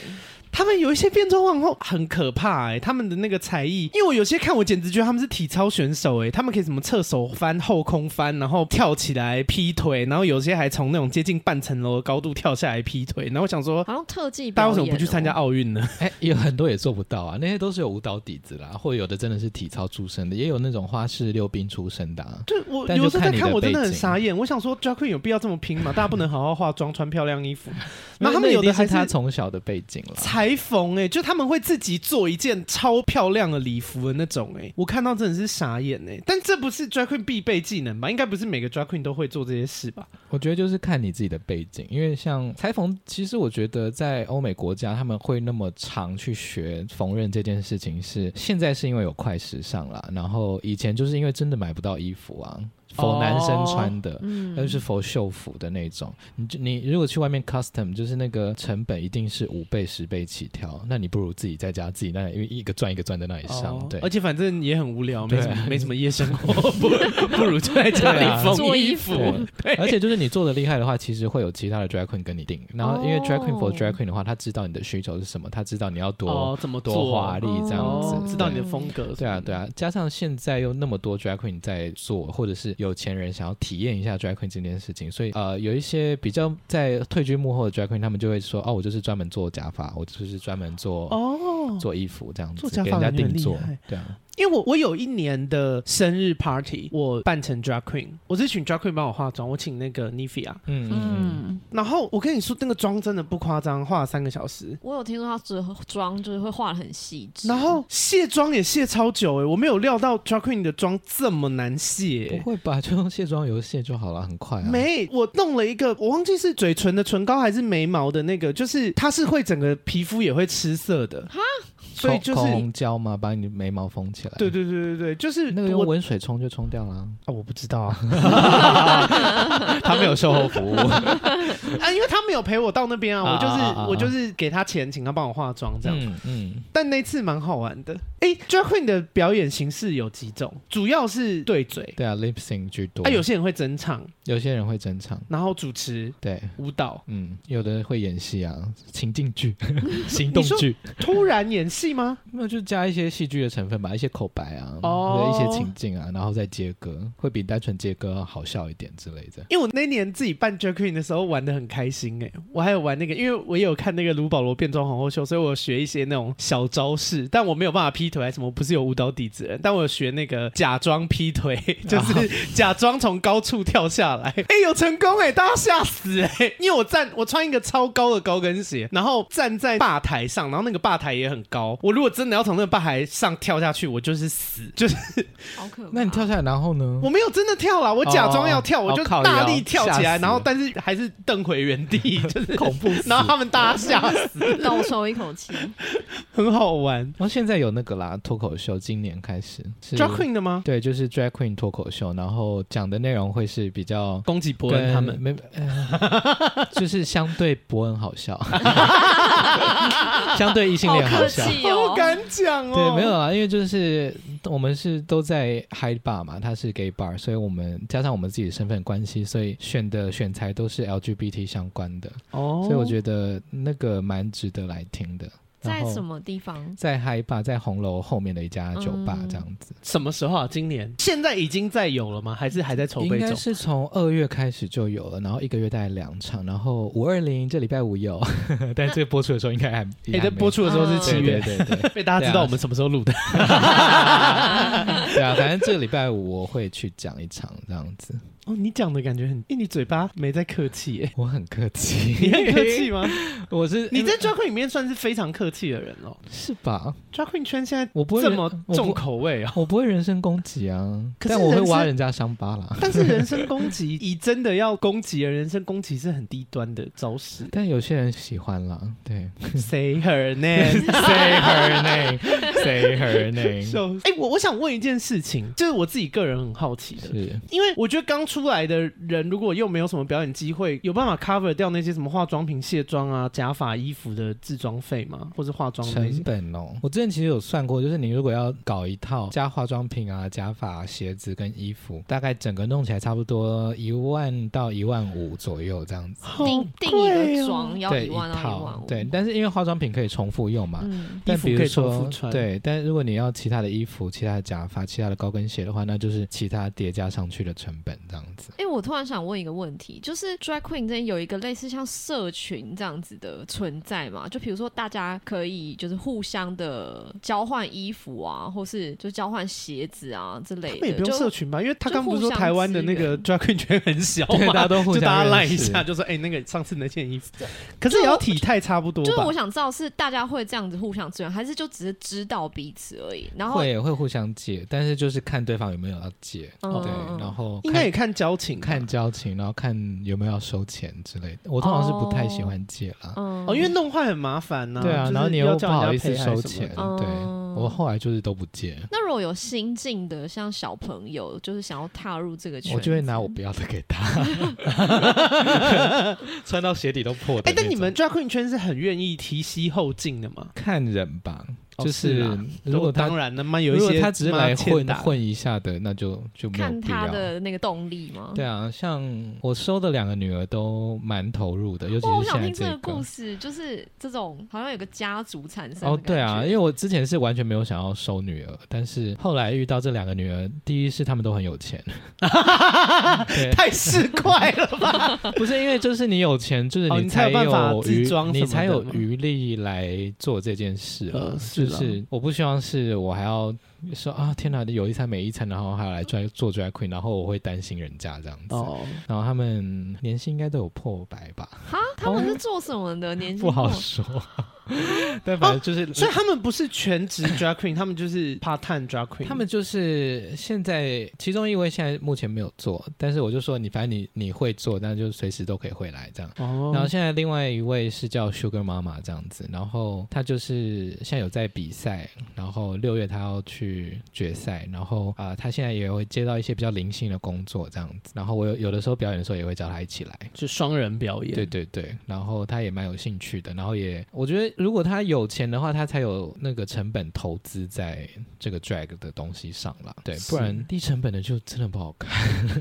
他们有一些变装皇后很可怕、哎，他们的那个才艺，因为我有些看，我简直觉得他们是体操选手、哎，他们可以什么侧手翻、后空翻，然后跳起来劈腿，然后有些还从那种接近半层楼的高度跳下来劈腿，然后我想说，好像特技大表家演、哦。为什么不去参加奥运呢？哎、有很多也做不到啊，那些都是有舞蹈底子啦，或有的真的是体操出身的，也有那种花式溜冰出身的、啊。对我但有就时候在看你看，的我真的背很景傻眼。我想说，drag queen 有必要这么拼吗？大家不能好好化妆、穿漂亮衣 服吗？然后他那们一有的定还是他啊从小的背景了。裁缝哎、就他们会自己做一件超漂亮的礼服的那种哎、我看到真的是傻眼哎、但这不是 drag queen 必备技能吧？应该不是每个 drag queen 都会做这些事吧？我觉得就是看你自己的背景，因为嗯像裁缝，其实我觉得在欧美国家他们会那么常去学缝纫这件事情是，现在是因为有快时尚啦，然后以前就是因为真的买不到衣服啊，哦否男生穿的。嗯，那就是否秀服的那种，你就你如果去外面 custom，就是那个成本一定是五倍十倍起跳，那你不如自己在家自己那里，因为一个钻一个钻在那里上，哦啊对而，且反正也很无聊，没对什么没什么夜生 活，不不如就在家对啊里缝做衣衣服。对而且就是你做的厉害的话，其实会有其他的 drag queen 跟你定。然后因为 drag queen for 哦 drag queen 的话，他知道你的需求是什么，他知道你要多、哦，怎么多华做？丽这样子，哦，知道你对的风格。对啊，对。啊，加上现在又那么多 drag queen 在做，或者是有钱人想要体验一下 drag queen 这件事情，所以呃，有一些比较在退居幕后的 drag queen，他们就会说，哦，我就是专门做假发，我就是专门做、哦，做衣服这样子做，假给发人家感觉很定厉做害，对啊，因为我我有一年的生日 party，我扮成 drag queen，我是请 drag queen 帮我化妆，我请那个 Nivea，嗯嗯嗯，然后我跟你说那个妆真的不夸张，化了三个小时，我有听说他只妆就是会画的很细致，然后卸妆也卸超久哎、我没有料到 drag queen 的妆这么难卸嗯，欸、不会吧？就用卸妆油卸就好了，很快啊。没，我弄了一个，我忘记是嘴唇的唇膏还是眉毛的那个，就是它是会整个皮肤也会吃色的，所以口就是口红胶嘛，把你的眉毛封起来。对对对对对，就是那个用我温水冲就冲掉 了啊、啊我不知道啊，他没有售后服务。啊因为他没有陪我到那边啊，我就是啊啊啊啊啊我就是给他钱，请他帮我化妆这样。嗯嗯，但那次蛮好玩的。哎、d r a g Queen 的表演形式有几种，主要是对嘴，对啊，lip sync 居多。啊，有些人会整场，有些人会整场，然后主持对，舞蹈，嗯，有的会演戏啊，情境 剧、行动剧，突然演戏吗？那就加一些戏剧的成分吧，一些口白啊，哦一些情境啊，然后再接歌，会比单纯接歌好笑一点之类的。因为我那年自己扮 Drag Queen 的时候玩的很开心哎、我还有玩那个，因为我也有看那个卢保罗变装皇后秀，所以我有学一些那种小招式，但我没有办法劈腿还是什么，我不是有舞蹈底子的人，但我有学那个假装劈腿， 就是假装从高处跳下来，哎、有成功哎、大家吓死哎、因为我站我穿一个超高的高跟鞋，然后站在吧台上，然后那个吧台也很高，高，我如果真的要从那个吧台上跳下去，我就是死， 就是好可怕。那你跳下来，然后呢？我没 有真的跳啦，我假装要跳，哦我就哦靠大腰力跳起吓来，死然后但是还是蹬回原 地，就是恐怖死然后他们大家吓死，倒抽一口 气，很好玩。然后现在有那个啦，脱口秀，今年开始是 Drag Queen 的吗？对，就是 drag queen 脱口秀，然后讲的内容会是比较攻击伯跟恩他们，没，呃就是相对伯恩好 笑，相对异性好恋好客笑。气好哦。敢讲哦。对，没有啊啦，因为就是我们是都在 high bar 嘛，它是 gay bar，所以我们加上我们自己的身份关系，所以选的选材都是 LGBT 相关的，哦所以我觉得那个蛮值得来听的。在然后什么地方？在 high bar，在红楼后面的一家酒吧嗯这样子。什么时候啊？今年现在已经在有了吗？还是还在筹应备该中？是从二月开始就有了，然后一个月大概两场，然后五二零这礼拜五有， 但是这播出的时候应该还你、也还在没哎播出的时候是嗯七对月，对对对被大家知道对啊我们什么时候录的。对啊，反正这个礼拜五我会去讲一场这样子，哦，你讲的感觉很，因为你嘴巴没在客气 耶、我很客你气，很客气 吗？我是嗯你在 drag queen 里面算是非常客气的人哦。是吧？ drag queen 圈现在我不会这人么我重不口味哦，我不会人身攻击啊，可是但我会人身挖人家伤疤啦。。但是人身攻击， 以真的要攻击人，人身攻击是很低端的招 式但有些人喜欢啦，对 Say her name。 ，say her name，say her name， 笑死哎、我我想问一件事情，就是我自己个人很好奇的，是因为我觉得刚出来的人，如果又没有什么表演机会，有办法 cover 掉那些什么化妆品、卸妆啊、假发、衣服的制装费吗？或是化妆的那成些？本哦。我之前其实有算过，就是你如果要搞一套加化妆品啊、假发、鞋子跟衣服，大概整个弄起来差不多一万到一万五左右这样子。好定定贵一个哦妆要 对，一万到一万套五，对，但是因为化妆品可以重复用嘛，嗯，但衣服比可如以重说复穿对，但如果你要其他的衣服、其他的假发、其他的高跟鞋的话，那就是其他叠加上去的成本 这样子。哎、我突然想问一个问题，就是 drag queen 这有一个类似像社群这样子的存在嘛？就比如说大家可以就是互相的交换衣服啊，或是就交换鞋子啊之类他们也的，不用就社群吧，因为他就刚不是互说相台湾的支那个 drag queen 圈很小对嘛，哦大家都互 就相大家认赖一识下，就说哎、那个上次那件衣服，可是也要体态差不多就是我吧？想知道是大家会这样子互相支援，还是就只是知道彼此而已？然后会会互相借，但是就是看对方有没有要借，嗯对嗯，然后应该也看交情吧，看交情，然后看有没有要收钱之类的。我通常是不太喜欢借啦，嗯哦，因为弄坏很麻烦呐、对啊，就是然后你要又叫不人家好意思赔还是收什么钱，的么的对哦我后来就是都不借，那如果有新进的像小朋友，就是想要踏入这个圈子，我就会拿我不要的给 他，穿到鞋底都破的那种。哎、但你们 drag queen 圈是很愿意提膝后进的吗？看人吧，哦就是啦如果都他当然了嘛，有一如果些他只是来妈欠混打的混一下的，那就就没有看必他要。的那个动力吗？对啊，像我收的两个女儿都蛮投入的，尤其哦，我是想听现这在个个故。事，就是这种好像有个家族产生的哦，对啊，感因为觉我之前是完全没有想要收女儿，但是后来遇到这两个女儿，第一是她们都很有 钱，对，太市 侩了吧？不是因为就是你有钱，就是哦你才才有办法自余装什么的你才有嘛余力来做这件事了。呃是就啦是我不希望是我还要说啊，天哪，有一餐没一餐，然后还要来拽做 drag queen，然后我会担心人家这样子。哦，然后他们年薪应该都有破百吧，哈，他们是做什么的？ 年纪不好 说。 但反正就是，所以他们不是全职 drag queen，他们就是 part time drag queen。他们就是现在其中一位现在目前没有做，但是我就说你反正你你会做，那就随时都可以回来这样。哦，然后现在另外一位是叫 Sugar 妈妈这样子，然后她就是现在有在比赛，然后六月她要去决赛，然后啊、呃她现在也会接到一些比较零星的工作这样子，然后我有有的时候表演的时候也会叫她一起来，就双人表演，对对对，然后她也蛮有兴趣的，然后也我觉得如果她有钱的话，她才有那个成本投资在这个 drag 的东西上啦，对，不是然低成本的就真的不好看。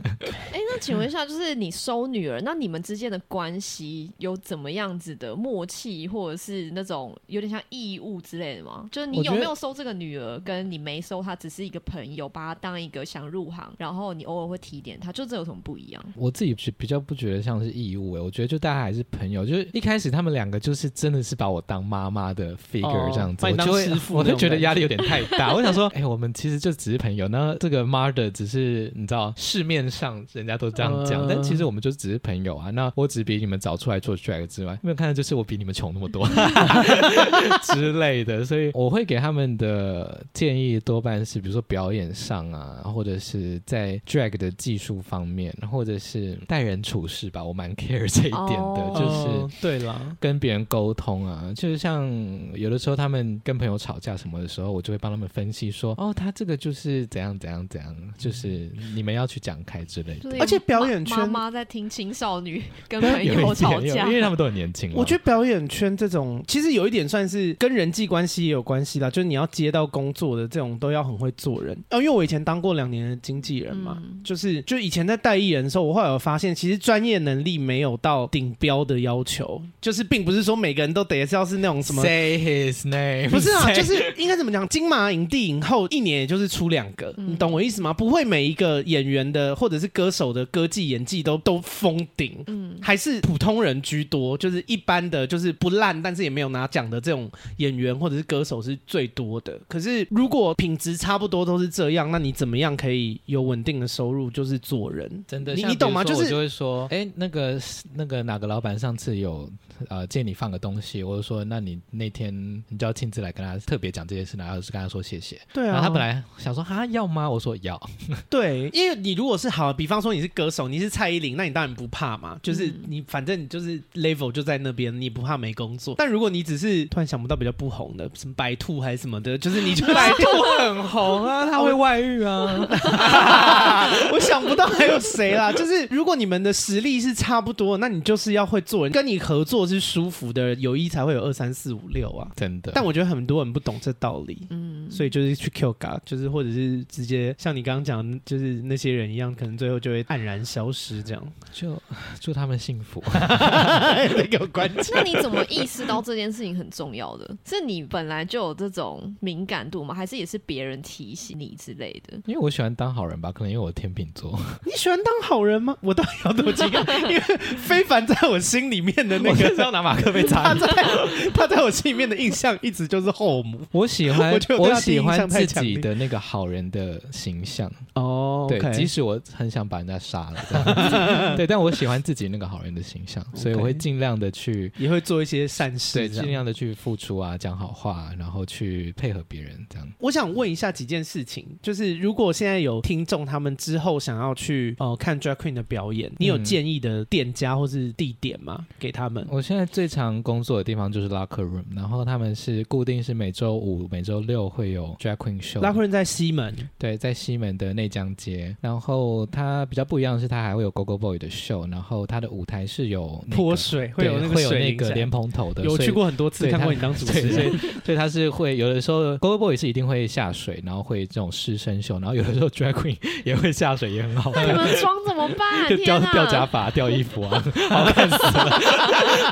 哎，那请问一下，就是你收女儿，那你们之间的关系有怎么样子的默契，或者是那种有点像义务之类的吗？就是你我觉有得没有收这个女儿，跟你没收她，只是一个朋友，把她当一个想入行，然后你偶尔会提点她，就这有什么不一样？我自己欸是比较不觉得像是义务诶，我觉得就大家还是朋友，就是一开始他们两个就是真的是把我当当妈妈的 figure 哦这样子，把你我当就会师傅 我就那种觉得感压力有点太大。我想 说，哎、我们其实就只是朋友，那这个 mother 只是你知道市面上人家都这样讲，但嗯其实我们就只是朋友啊。那我只比你们早出来做 drag 之外，没有看到就是我比你们穷那么多之类的，所以我会给他们的建议多半是，比如说表演上啊，或者是在 drag 的技术方面，或者是待人处事吧，我蛮 care 这一点的，哦就是。哦对啦，跟别人沟通啊，就是像有的时候他们跟朋友吵架什么的时候，我就会帮他们分析说，嗯哦，他这个就是怎样怎样怎样，就是你们要去讲开之类就是的。而且表演妈圈妈在听青少 女跟朋有一友点吵有 架，因为他们都很年轻嘛。我觉得表演圈这种，其实有一点算是跟人际关系也有关系啦，就是你要接到工作的这种，都要很会做人。哦，因为我以前当过两年的经纪人嘛，嗯就是就以前在带艺人的时候，我后来有发现，其实专业能力没有到顶标的要求，就是并不是说每个人都得是要是那种什么。 say his name，不是啊， say- 就是应该怎么讲？金马影帝影后一年也就是出两个，嗯你懂我意思吗？不会每一个演员的或者是歌手的歌技演技都都封顶，嗯，还是普通人居多，就是一般的，就是不烂，但是也没有拿奖的这种演员或者是歌手是最多的。可是如果品质差不多都是这样，那你怎么样可以有稳定的收入？就是做人，真的，你像你懂吗？比如说就我是就会说，哎、那个那个哪个老板上次有呃借你放个东西，我就说，那你那天你就要亲自来跟他特别讲这件事，然后是跟他说谢谢。对然后啊，他本来想说哈要吗？我说要。对，因为你如果是好，比方说你是歌手，你是蔡依林，那你当然不怕嘛，就是嗯你反正你就是 level 就在那边，你不怕没工作。但如果你只是突然想不到比较不红的，什么白兔还是什么的，就是你就白兔很红啊，他会外遇啊。 我想不到还有谁啦。就是如果你们的实力是差不多，那你就是要会做人，跟你合作是舒服的，有一才会有二三四五六啊。 真的，但我觉得很多人不懂这道理，嗯所以就是去 Q 嘎，就是或者是直接像你刚刚讲，就是那些人一样，可能最后就会黯然消失这 样。就祝他们幸福。 有关键，那你怎么意识到这件事情很重要的？ 是你本来就有这种敏感度吗？还是也是别人提醒你之类的？因为我喜欢当好人吧，可能因为我天秤 座，你喜欢当好人吗？我到底要多惊讶？因为非凡在我心里面的那个，要拿马克杯他。在他在我心里面的印象一直就是后母我喜欢 我觉得我对我他第喜一印欢象太自强己烈的那个好人的形象，哦对，即使我很想把人家杀了这 样子，对，但我喜欢自己那个好人的形象，所以我会 OK 尽量的去。也会做一些善事对，这样。尽量的去付出啊，讲好话啊，然后去配合别人，这样我想问一下几件事情，就是如果现在有听众他们之后想要去呃看 drag queen 的表演，你有嗯建议的店家或是地点吗？给他们？我现在最常工作的地方就是 locker room，然后他们是固定是每周五、每周六会有 drag queen show。拉克人在西门，对，在西门的内江街。然后它比较不一样的是，它还会有 Go Go Boy 的秀，然后它的舞台是有那个泼水会对有那个会有水那淋下个来莲蓬头的，有所以去。过很多次，对看过他你当主持对，所人。以所以它是会有的时候 Go Go Boy 是一定会下水，然后会这种湿身秀，然后有的时候 Drag Queen 也会下水，也很好那你看。们妆怎么 办？就天啊掉哪掉假发、掉衣服啊， 好看死了，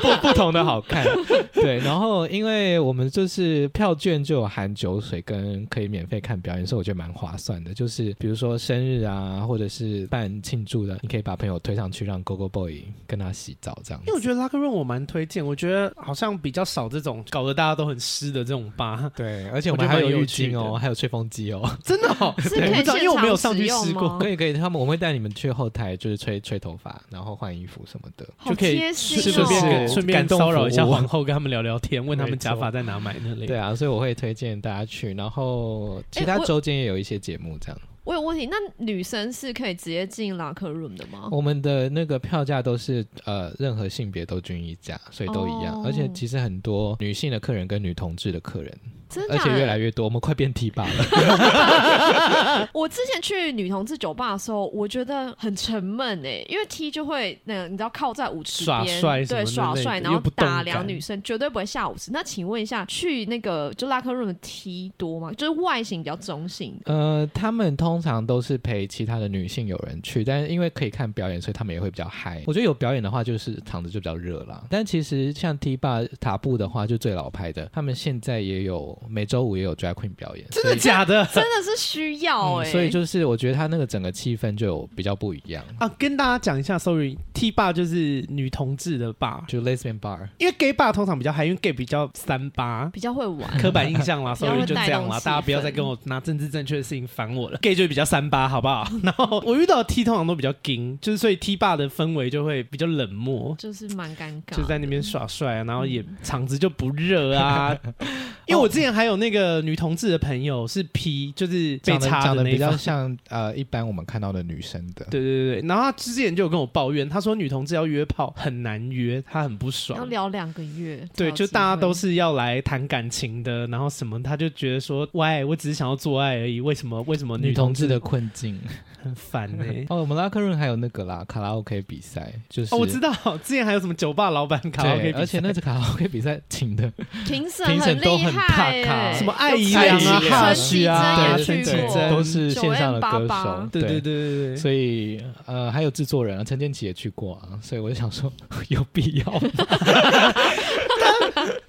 不不同的好看。对，然后因为我们就是票券就有含酒水跟可以免费看表演，所以我觉得蛮划算的。就是比如说生日啊，或者是办庆祝的，你可以把朋友推上去，让 Go Go Boy 跟他洗澡这样因为我子。觉得拉克润我蛮推荐，我觉得好像比较少这种搞得大家都很湿的这种吧，对，而且我我觉们得还蛮有有浴趣巾的哦，还有吹风机哦，真的哦，是我可不以知道，因为我没有现场上去使用试过吗，可以可以，他们我会带你们去后台，就是吹吹头发，然后换衣服什么的。好就可以贴心是顺哦便跟是顺便感动骚扰一下服务皇后，跟他们聊聊天，问他们没错假发在哪买那类的。对啊，所以我会推荐大家去，然后其诶他哎我周间也有一些节目这样。我有问题，那女生是可以直接进 locker room 的吗？哦我们的那个票价都是呃，任何性别都均一价，所以都一样。哦而且其实很多女性的客人跟女同志的客人，真的而啊，且越来越多，我们快变 T 吧了。我之前去女同志酒吧的时候，我觉得很沉闷哎、因为 T 就会那个你知道靠在舞池耍边，帅什么对之耍类帅，的然又后不动打量感女生，绝对不会下舞池。那请问一下，去那个就拉克 room 的 T 多吗？就是外形比较中性的。呃，他们通常都是陪其他的女性友人去，但是因为可以看表演，所以他们也会比较嗨。我觉得有表演的话，就是场子就比较热啦。但其实像 T 吧塔布的话，就最老牌的，他们现在也有有每周五也有 drag queen 表演，真的欸假的？真的是需要嗯哎、所以就是我觉得他那个整个气氛就有比较不一样，啊，跟大家讲一下，sorry，T bar 就是女同志的 bar，就 lesbian bar。因为 gay bar 通常比较嗨，因为 gay 比较三 八，比较会玩。刻板印象啦比较会 ，sorry 就这样带动啦，气氛大家不要再跟我拿政治正确的事情烦我了，gay 就比较三八，好不好？ 然后我遇到的 T 通常都比较硬，就是所以 T bar 的氛围就会比较冷漠，就是蛮尴尬的，就在那边耍帅啊，然后也嗯场子就不热 啊。因为我之前还有那个女同志的朋友是 P，就是被长得插长的得那一比较方。像呃，一般我们看到的女生的，对对对对，然后他之前就有跟我抱怨，他说女同志要约炮很难约，他很不要爽。聊两个月。才对，有就大家机会都是要来谈感情的，然后什么，他就觉得说，喂，我只是想要做爱而已，为什么？为什么女同同志的困境。很烦 呢、哦，我们拉克润还有那个啦，卡拉 OK 比赛，就是哦，我知道，之前还有什么酒吧老板卡拉 OK，对，比赛而且那次卡拉 OK 比赛请的评审评审都厉很害怕卡欸什么爱怡良良啊、陈绮贞哈许啊、对陈陈绮绮贞贞，都是线上的歌 9M88 手，对对对对对。所以呃，还有制作人啊，陈建奇也去过啊，所以我就想说有必要吗？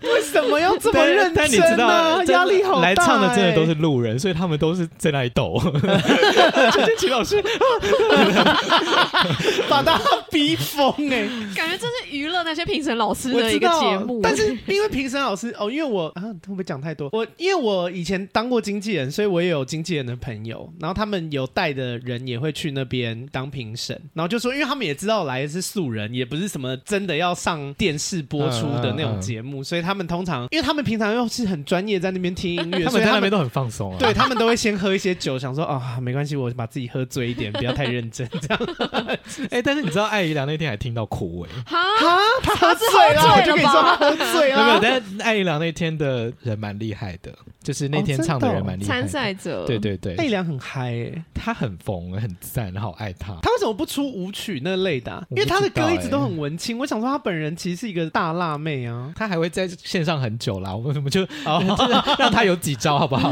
为什么要这么认但你真知呢、道，压力好大、欸来唱的真的都是路人，所以他们都是在那里抖。陈建奇老师，欸 把大家逼疯哎、感觉这是娱乐那些评审老 师我的一知个道，节目。欸但 是因为评审老师哦，因为我啊，会不会讲太多？我因为我以前当过经纪人，所以我也有经纪人的朋友，然后他们有带的人也会去那边当评审，然后就说，因为他们也知道来的是素人，也不是什么真的要上电视播出的那种节目，所以他们通常，因为他们平常又是很专业在那边听音乐， 他所们以在那他边们。都很放松啊。对他们都会 先喝一些酒，想说啊、没关系，我把自己喝醉一点，不要太认 真。这样哎，但是你知道艾怡良那天还听到哭哎，哈， 他喝是喝醉了，我就醉跟你了说他吧喝醉没有没有，了。 但是艾怡良那天的人蛮厉害的，就是那哦天真唱的的人哦蛮厉害参的。赛者对对对，艾良很嗨哎、他很疯，很赞，好爱他。他为什么不出舞曲那类的啊、我因不为他的知道歌一直欸都很文青。我想说，他本人其实是一个大辣妹啊。他还会在线上很久啦，我们我们就哦，就是 让他有几招好不好？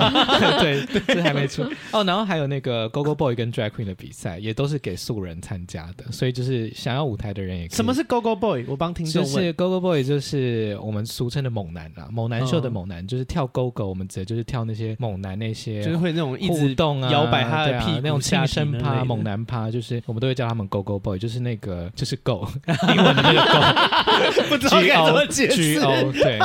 对，这还没出哦。然后还有那个 Go Go Boy 跟 Drag Queen 的比赛，也都是给素人参加的，所以就是想要舞台的人也可以。什么是 Go Go Boy？我帮听众就问。是啊 Go Go Boy，就是我们俗称的猛男啦，猛男秀的嗯猛男，就是跳 Go Go，我们直接就是跳那些猛男那些就是会那种一互直动啊，摇摆他的对啊屁股那种庆下体生那类趴、的猛男趴，就是我们都会叫他们 Go Go Boy，就是那个就是 Go 英文的那个 Go。 不知道 G 该怎 O 么解 G 释。 O 对。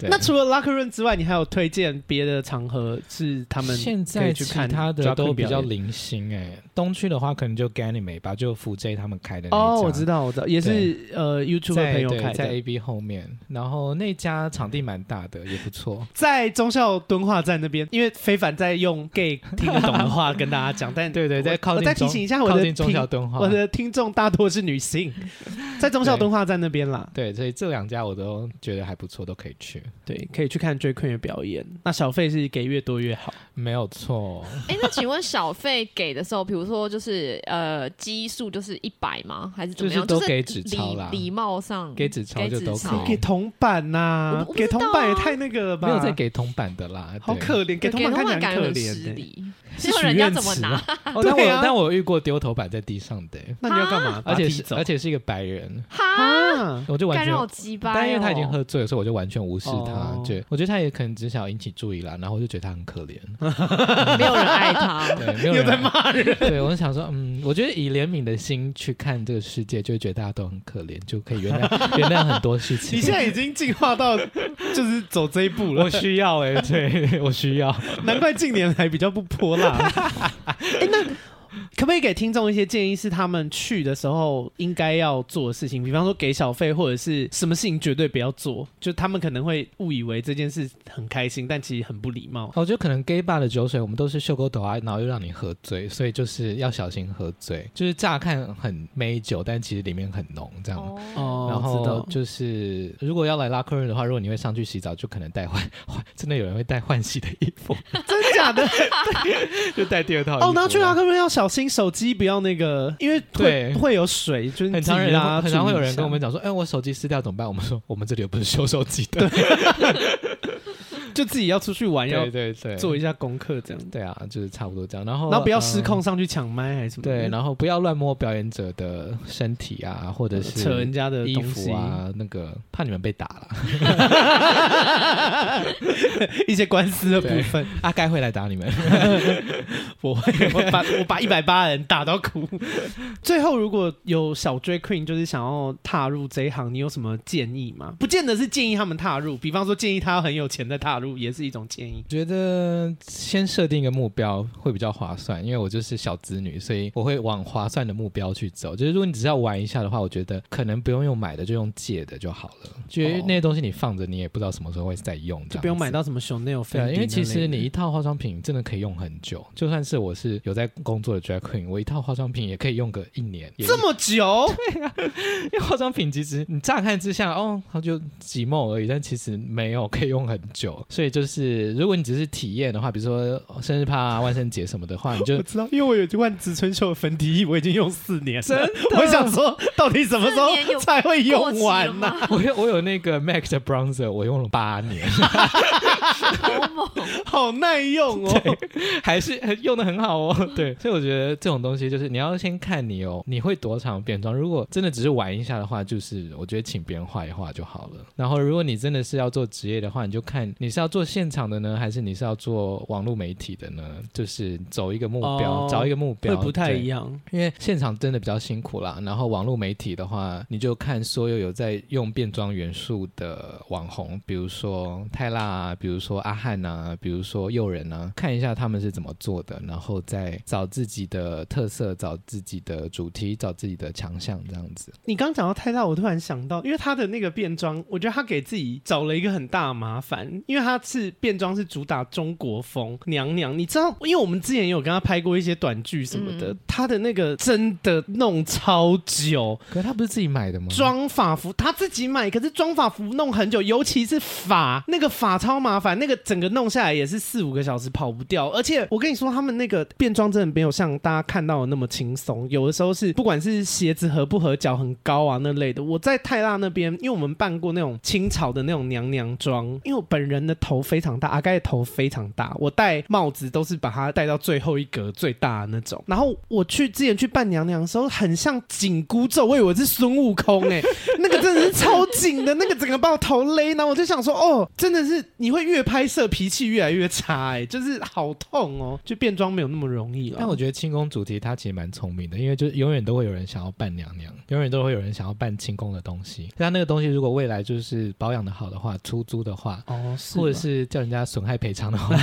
对那除了 Locker Room 之外，你还有推荐别的场合是他们现可在以去其看他的 drag queen 都比表较演零星哎、东区的话可能就 Ganymede 吧，就福 J 他们开的那一哦，家我知。道，我知道，也是呃 YouTube 在朋友对开在的， A B 后面，然后那家场地蛮大的，也不错。在忠孝敦化站那边，因为非凡在用 gay 听得懂的话跟大家讲，但对对，我在靠我近再提中醒一下我靠的近中听小敦化。我的听众大多是女 性，在中校敦化站那边啦。对，所以这两家我都觉得还不错，都可以去，对，可以去看 Drag Queen 的表演。那小费是给越多越好。没有 错。哎、那请问小费给的时候，比如说就是呃基数就是一百吗？还是怎么样？就是都就是给纸钞啦礼礼貌上给纸钞就都可以给给纸钞铜板我呐、不我不给知道铜啊板也太那个了吧？没有在给铜板的啦，好对可怜，给给铜铜板看板起来感很觉可很怜失欸、礼，是因为人许家愿怎么池拿啊？哦。但我对啊但我有遇过丢头板在地上的欸，那你要干嘛？而且把它踢是走而且是一个白人，哈，啊，我就完干全让我鸡巴、哦。但因为他已经喝醉了，所以我就完全无视他。哦对，我觉得他也可能只想引起注意啦，然后我就觉得他很可怜，没有人爱他。 对，没有人在骂人。对，我就想说，嗯，我觉得以怜悯的心去看这个世界，就会觉得大家都很可怜，就可以原谅原谅很多事情。你现在已经进化到就是走这一步了我。需要 哎、对我需要。难怪近年来比较不泼 辣。哎、那可不可以给听众一些建议？是他们去的时候应该要做的事情，比方说给小费，或者是什么事情绝对不要做。就他们可能会误以为这件事很开心，但其实很不礼貌。我觉得可能 gay bar 的酒水，我们都是秀沟头啊，然后又让你喝醉，所以就是要小心喝醉。就是乍看很美酒，但其实里面很浓这样。哦，哦然知后道就是，如果要来拉客人的话，如果你会上去洗澡，就可能带换 换，真的有人会带换洗的衣服， 真的假的？ 就带第二套衣服啊。哦，然后去拉客们要小心手机不要那个，因为会对会有水，就是很常自己人拉很常会有注意一人下跟我们讲说，哎，我手机撕掉怎么办？我们说我们这里又不是修手机的，就自己要出去玩，要对对对，做一下功课这样。对啊，就是差不多这样。然后然后不要嗯失控嗯上去抢麦还是什么的，对，然后不要乱摸表演者的身体啊，或者是呃扯人家的衣东服西，啊，那个怕你们被打了， 一些官司的部对分，阿啊该会来打你们。我会我把我把一百八人打到哭。最后，如果有小追 queen 就是想要踏入这一行，你有什么建议吗？不见得是建议他们踏入，比方说建议他很有钱再踏入，也是一种建议。觉得先设定一个目标会比较划算，因为我就是小子女，所以我会往划算的目标去走。就是如果你只是要玩一下的话，我觉得可能不用用买的，就用借的就好了。觉得那些东西你放着，你也不知道什么时候会再用，这样就不用买子到什么 Chanel 对啊， Fendi 因为其实那你类一的套化妆品真的可以用很久，就算是我是有在工作的 drag queen，我一套化妆品也可以用个一年。也这么久， 因为化妆品其实你乍看之下哦，它就几毛而已，但其实没有可以用很久。所以就是如果你只是体验的话，比如说哦生日趴、啊、万圣节什么的话，你就 我知道，因为我有万植村秀的粉底液，我已经用四年真了。我想说，到底什么时四年候有才会过用期了完呢、啊吗？我有我有那个 MAC 的 bronzer，我用了八年，好猛！好耐用哦。还是 很用的很好 哦。对，所以我觉得这种东西就是你要先看你哦，你会多长变装。如果真的只是玩一下的话，就是我觉得请别人画一画就好了。然后如果你真的是要做职业的话，你就看你是要做现场的呢，还是你是要做网络媒体的呢？就是走一个目标，哦找一个目标，会不太对一样，因为现场真的比较辛苦啦，然后网络媒体的话，你就看所有有在用变装元素的网红，比如说泰拉啊，比如说阿汉啊，比如说诱人啊，看一下他们是怎么做的，然后再找自己的特色，找自己的主题，找自己的强项，这样子。你刚讲到太大，我突然想到，因为他的那个变装，我觉得他给自己找了一个很大的麻烦，因为他是变装是主打中国风娘娘，你知道，因为我们之前也有跟他拍过一些短剧什么的，嗯他的那个真的弄超久，可是他不是自己买的吗？装法服他自己买，可是装法服弄很久，尤其是发那个发超麻烦，那个整个弄下来也是四五个小时跑不掉。而且我跟你说，他们那个变装真的没有像大家看到的那么轻松，有的时候是不管是鞋子合不合脚很高啊那类的。我在泰拉那边，因为我们办过那种清朝的那种娘娘妆，因为我本人的头非常大，阿盖的头非常大，我戴帽子都是把它戴到最后一格最大的那种。然后我去之前去扮娘娘的时候，很像紧箍咒，我以为是孙悟空哎、 那个真的是超紧的，那个整个把我头勒，然后我就想说，哦，真的是你会越拍摄脾气越来越差哎、就是好痛哦，就变装没有那么容易了。啊但我觉得清宫主题它其实蛮聪明的，因为就是永远都会有人想要扮娘娘，永远都会有人想要扮清宫的东西。那那个东西如果未来就是保养的好的话，出租的话，哦，是或者吗是叫人家损害赔偿的 话，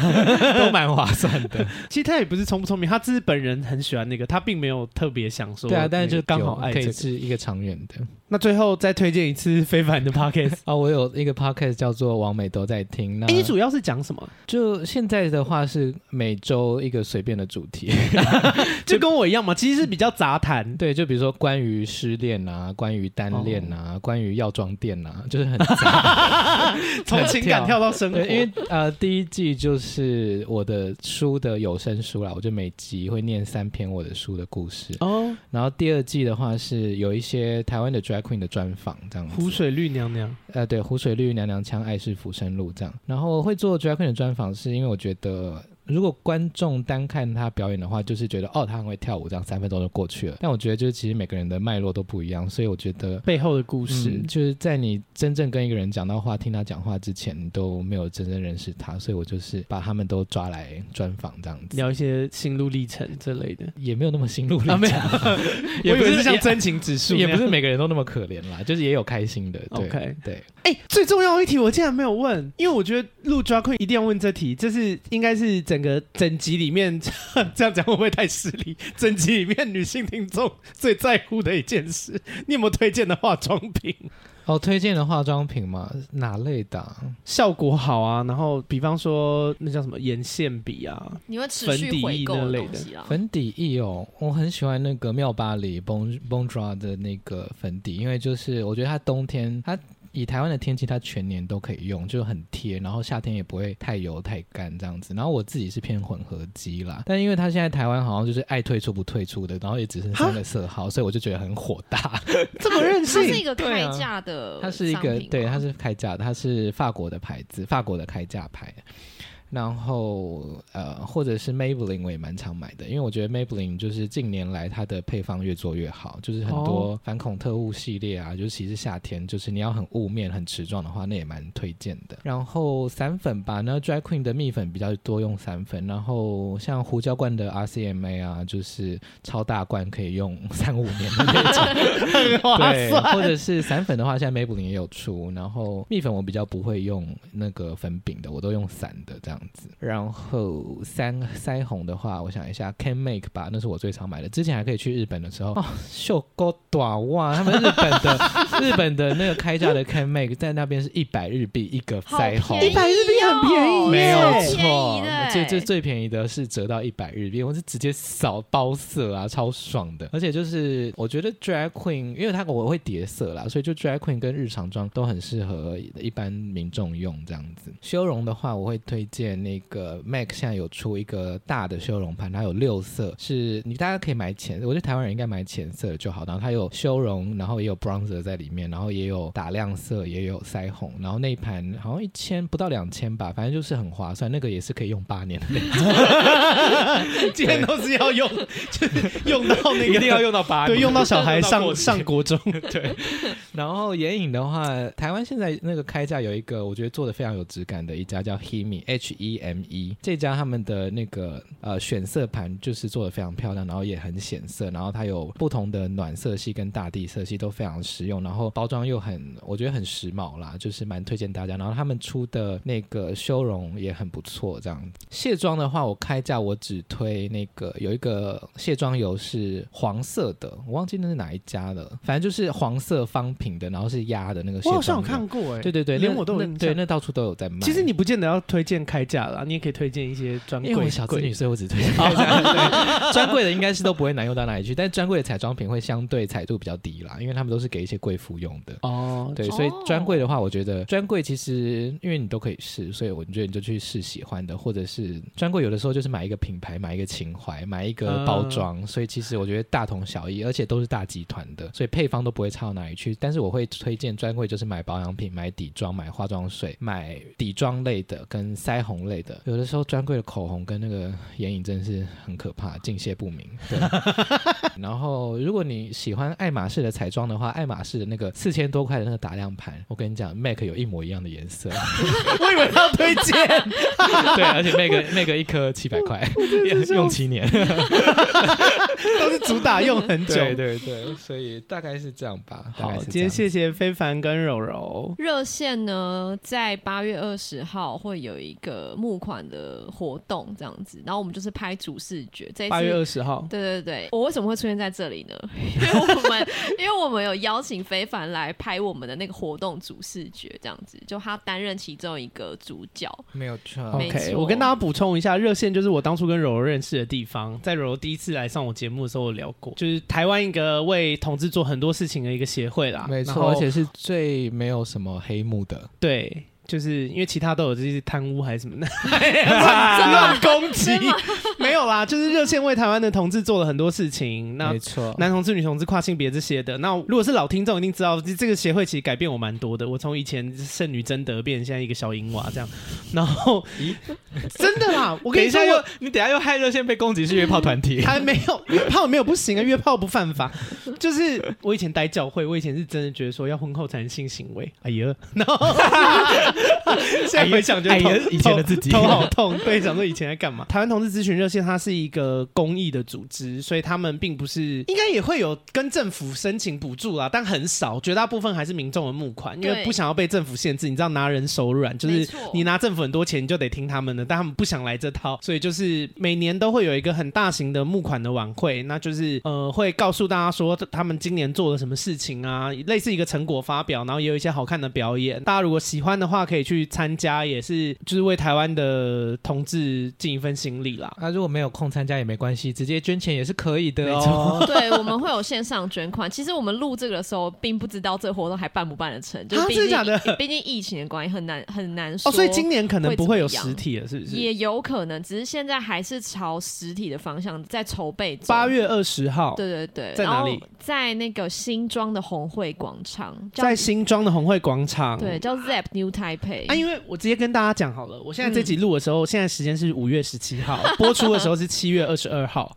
都蛮划算 的。其实他也不是聪不聪明，他只是本人很喜欢那个，他并没有特别想说。对啊，但是就刚好爱可这以个。是一个长远的那最后再推荐一次非凡的 podcast。啊、我有一个 podcast 叫做《王美都在听》，那哎，你主要是讲什么？就现在的话是每周一个随便的主题， 就跟我一样嘛，其实是比较杂谈。对，就比如说关于失恋啊，关于单恋啊，关于药妆店啊，就是 很从情感跳到生活，对，因为呃，第一季就是我的书的有声书啦，我就每集会念三篇我的书的故事。哦，然后第二季的话是有一些台湾的 drag queen 的专访这样子。湖水绿娘娘，呃，对，湖水绿娘娘腔，爱是浮生路这样。然后会做 drag queen 的专访，是因为我觉得。如果观众单看她表演的话，就是觉得哦，她很会跳舞，这样三分钟就过去了。但我觉得，就是其实每个人的脉络都不一样，所以我觉得背后的故事。嗯就是在你真正跟一个人讲到话、听他讲话之前，你都没有真正认识他，所以我就是把他们都抓来专访这样子，聊一些心路历程之类的，也没有那么心路历程，啊 没有也我以不为是是像也真情指数那也样，不是每个人都那么可怜啦，就是也有开心的。对 OK 对，哎、最重要的一题我竟然没有问，因为我觉得录抓困一定要问这题，这是应该是整个整集里面这样讲会不会太失礼？整集里面女性听众最在乎的一件事，你有没有推荐的化妆品？哦，推荐的化妆品嘛，哪类的啊、 效果好啊，然后比方说那叫什么眼线笔 啊，你会持续回购的东西啊？粉底液哦，我很喜欢那个妙巴黎 Bon Bon Dra 的那个粉底，因为就是我觉得它冬天它。以台湾的天气，它全年都可以用，就是很贴，然后夏天也不会太油太干这样子。然后我自己是偏混合肌啦，但因为它现在台湾好像就是爱退出不退出的，然后也只剩三个色号，所以我就觉得很火大。这么任它是一性，个对开啊价的商品吗、它是一个对，它是开价的，它是法国的牌子，法国的开价牌。然后呃，或者是 Maybelline 我也蛮常买的，因为我觉得 Maybelline 就是近年来它的配方越做越好，就是很哦多反恐特务系列啊，尤其是夏天，就是你要很雾面、很持妆的话，那也蛮推荐的。然后散粉吧，那 Dry Queen 的蜜粉比较多用散粉，然后像胡椒罐的 RCMA 啊，就是超大罐可以用三五年的那种。很划对，算。或者是散粉的话，现在 Maybelline 也有出。然后蜜粉我比较不会用那个粉饼的，我都用散的这样子。然后腮腮红的话，我想一下，Can Make 吧，那是我最常买的。之前还可以去日本的时候，哦，秀勾短袜，他们日本的日本的那个开价的 Can Make 在那边是一百日币一个好腮红，便宜100日币很便宜哦没有超错便宜的，最最最便宜的是折到一百日币，我是直接扫包色啊，超爽的。而且就是我觉得 drag queen，因为它我会叠色啦，所以就 drag queen 跟日常妆都很适合一般民众用这样子。修容的话，我会推荐那个 MAC 现在有出一个大的修容盘，它有六色，是你大家可以买浅，我觉得台湾人应该买浅色的就好。然后它有修容，然后也有 bronzer 在里面，然后也有打亮色，也有腮红，然后那一盘好像一千不到两千吧，反正就是很划算，那个也是可以用八年的那种，今天都是要用，就是用到那 个，一定要用到八年， 对，用到小孩用到上过期上国 中，对，然后眼影的话，台湾现在那个开价有一个，我觉得做的非常有质感的一家叫 Heme H E M E，这家他们的那个呃选色盘就是做的非常漂亮，然后也很显色，然后它有不同的暖色系跟大地色系都非常实用，然后包装又很我觉得很时髦啦，就是蛮推荐大家。然后他们出的那个修容也很不错，这样子。卸妆的话，我开价我只推那个有一个卸妆油是黄色的，我忘记那是哪一家了，反正就是黄色方瓶的，然后是压的那个卸妆我油。好像有看过哎、对对对，连那我都有那印象对，那到处都有在卖。其实你不见得要推荐开价啦，你也可以推荐一些专柜。因为我小资贵女，所以我只推荐开价。对 专柜的应该是都不会难用到哪里去，但专柜的彩妆品会相对彩度比较低啦，因为他们都是给一些贵妇用的。哦，对，哦所以专柜的话，我觉得专柜其实因为你都可以试，所以我觉得你就去试喜欢的，或者是专柜有的时候就是买一个品牌，买一个情怀，买一个包装，所以其实我觉得大同小异，而且都是大集团的，所以配方都不会差到哪里去。但是我会推荐专柜就是买保养品、买底妆、买化妆水、买底妆类的跟腮红类的。有的时候专柜的口红跟那个眼影真的是很可怕，境界不明。对。然后，如果你喜欢爱马仕的彩妆的话，爱马仕的那个四千多块的那个打亮盘，我跟你讲，MAC 有一模一样的颜 色，我以为他要推荐，对，而且 MAC MAC 一颗七百 块，用七 年， 都是主打用很久。对对对，所以大概是这样吧。大概是好，这样今天谢谢非凡跟柔柔。热线呢，在八月二十号会有一个募款的活动，这样子，然后我们就是拍主视觉。这一八月次，二十号，对对对，我为什么会出现在这里呢？ 因为我们，因为我们有邀请非凡来拍我们的那个活动主视觉，这样子，就他担任其中一个主 角。没有错没 OK，错我跟大家补充一下，热线就是我当初跟柔柔认识的地方。在柔柔第一次来上我节目的时候，我聊过，就是台湾一个为同志做很多事情的一个协会啦。没然后错，而且是最没有什么黑幕的。对，就是因为其他都有就是贪污还是什么的，真的吗 乱攻击真的吗，没有啦，就是热线为台湾的同志做了很多事情。那没错，男同志、女同志、跨性别这些的。那如果是老听众，一定知道这这个协会其实改变我蛮多的。我从以前剩女贞德变成现在一个小淫娃这样，然后真的啦，我我跟你说，我你等一下又害热线被攻击是约炮团 体还没有约炮没有不行啊，约炮不犯法。就是我以前待教会，我以前是真的觉得说要婚后才能性行为，哎呀，然后 现在回想就哎呀头哎呀以前的自己头头 好痛。对，想说以前在干嘛？台湾同志咨询热线它是一个公益的组织，所以他们并不是应该也会有跟政府申请补助啦，但很少，绝大部分还是民众的募款，因为对不想要被政府限制。你知道拿人手软，就没是错你拿政府很多钱，你就得听他们的，但他们不想来这套，所以就是每年都会有一个很大型的募款的晚会，那就是呃会告诉大家说他们今年做了什么事情啊，类似一个成果发表，然后也有一些好看的表演。大家如果喜欢的话，可以去去参加，也是就是为台湾的同志尽一份心力啦。那、啊如果没有空参加也没关系，直接捐钱也是可以的没哦。对，我们会有线上捐款。其实我们录这个的时候，并不知道这个活动还办不办得成，就啊毕真的竟、假的毕竟疫情的关系，很难很难说。哦，所以今年可能会不怎会么有样实体了，是不是？也有可能，只是现在还是朝实体的方向在筹备中。八月二十号，对对对，在哪然后里在那个新庄的红会广场，叫在新庄的红会广场。对，叫 Zep New Taipei。啊，因为我直接跟大家讲好了，我现在这集录的时候，现在时间是五月十七 号，播出的时候是七月二十二号，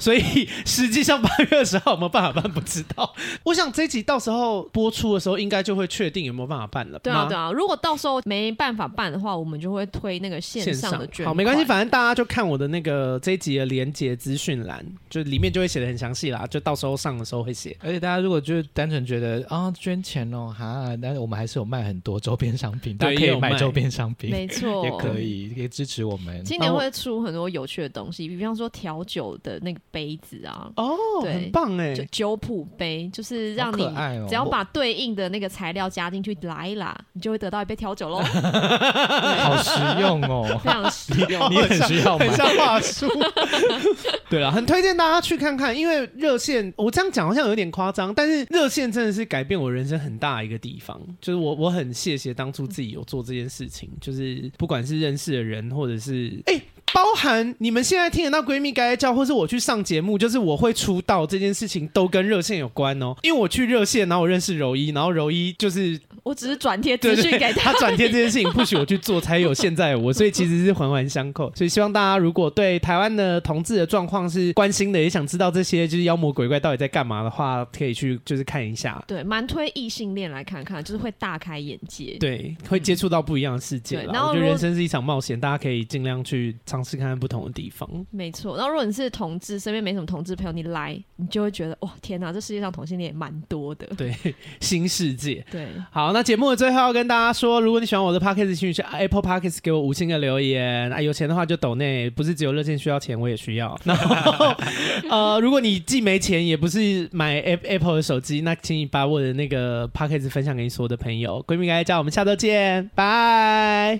所以实际上八月二十号有没有办法办不知 道。我想这集到时候播出的时候，应该就会确定有没有办法办了。对啊吗对啊，如果到时候没办法办的话，我们就会推那个线线上的捐款。好，没关系，反正大家就看我的那个这一集的连接资讯栏，就里面就会写的很详细啦，就到时候上的时候会写。而且大家如果就是单纯觉得啊、捐钱哦哈，但是我们还是有卖很多周边商品，大对家可也以有买卖周边商品， 没错，也可。以可以支持我们。今年会出很多有趣的东西，比方说调酒的那个杯子啊，哦，对很棒哎就，酒谱杯，就是让你好可爱哦只要把对应的那个材料加进去拉一拉，你就会得到一杯调 酒喽，，好实用哦非常实用。你很需要买很。像话术。 对了，很推荐大家去看看，因为热线我这样讲好像有点夸张，但是热线真的是改变我人生很大一个地方。就是我我很谢谢当初自己有做这件事情，就是不管是认识的人，或者是哎、包含你们现在听得到闺蜜该叫，或是我去上节目，就是我会出道这件事情都跟热线有关哦。因为我去热线，然后我认识柔一，然后柔一就是我只是转贴对资对讯给对，他转贴这件事情不许我去做，才有现在的我，所以其实是环环相扣。所以希望大家如果对台湾的同志的状况是关心的，也想知道这些就是妖魔鬼怪到底在干嘛的话，可以去就是看一下， 对，蛮推异性恋来看看，就是会大开眼界。对，会接触到不一样的世界嗯啦。对然后我觉如得果人生是一场冒险，大家可以尽量去尝试看看不同的地方。没错，然后如果你是同志，身边没什么同志朋友，你来，你就会觉得哇，天哪，这世界上同性恋也蛮多的。对，新世界。对，好，那节目的最后要跟大家说，如果你喜欢我的 podcast，请你去 Apple podcast 给我五星的留言啊，有钱的话就抖内，不是只有热线需要钱，我也需要。 然后，呃，如果你既没钱，也不是买 App- Apple 的手机，那请你把我的那个 podcast 分享给你所有的朋友。闺蜜该家，我们下周见，拜。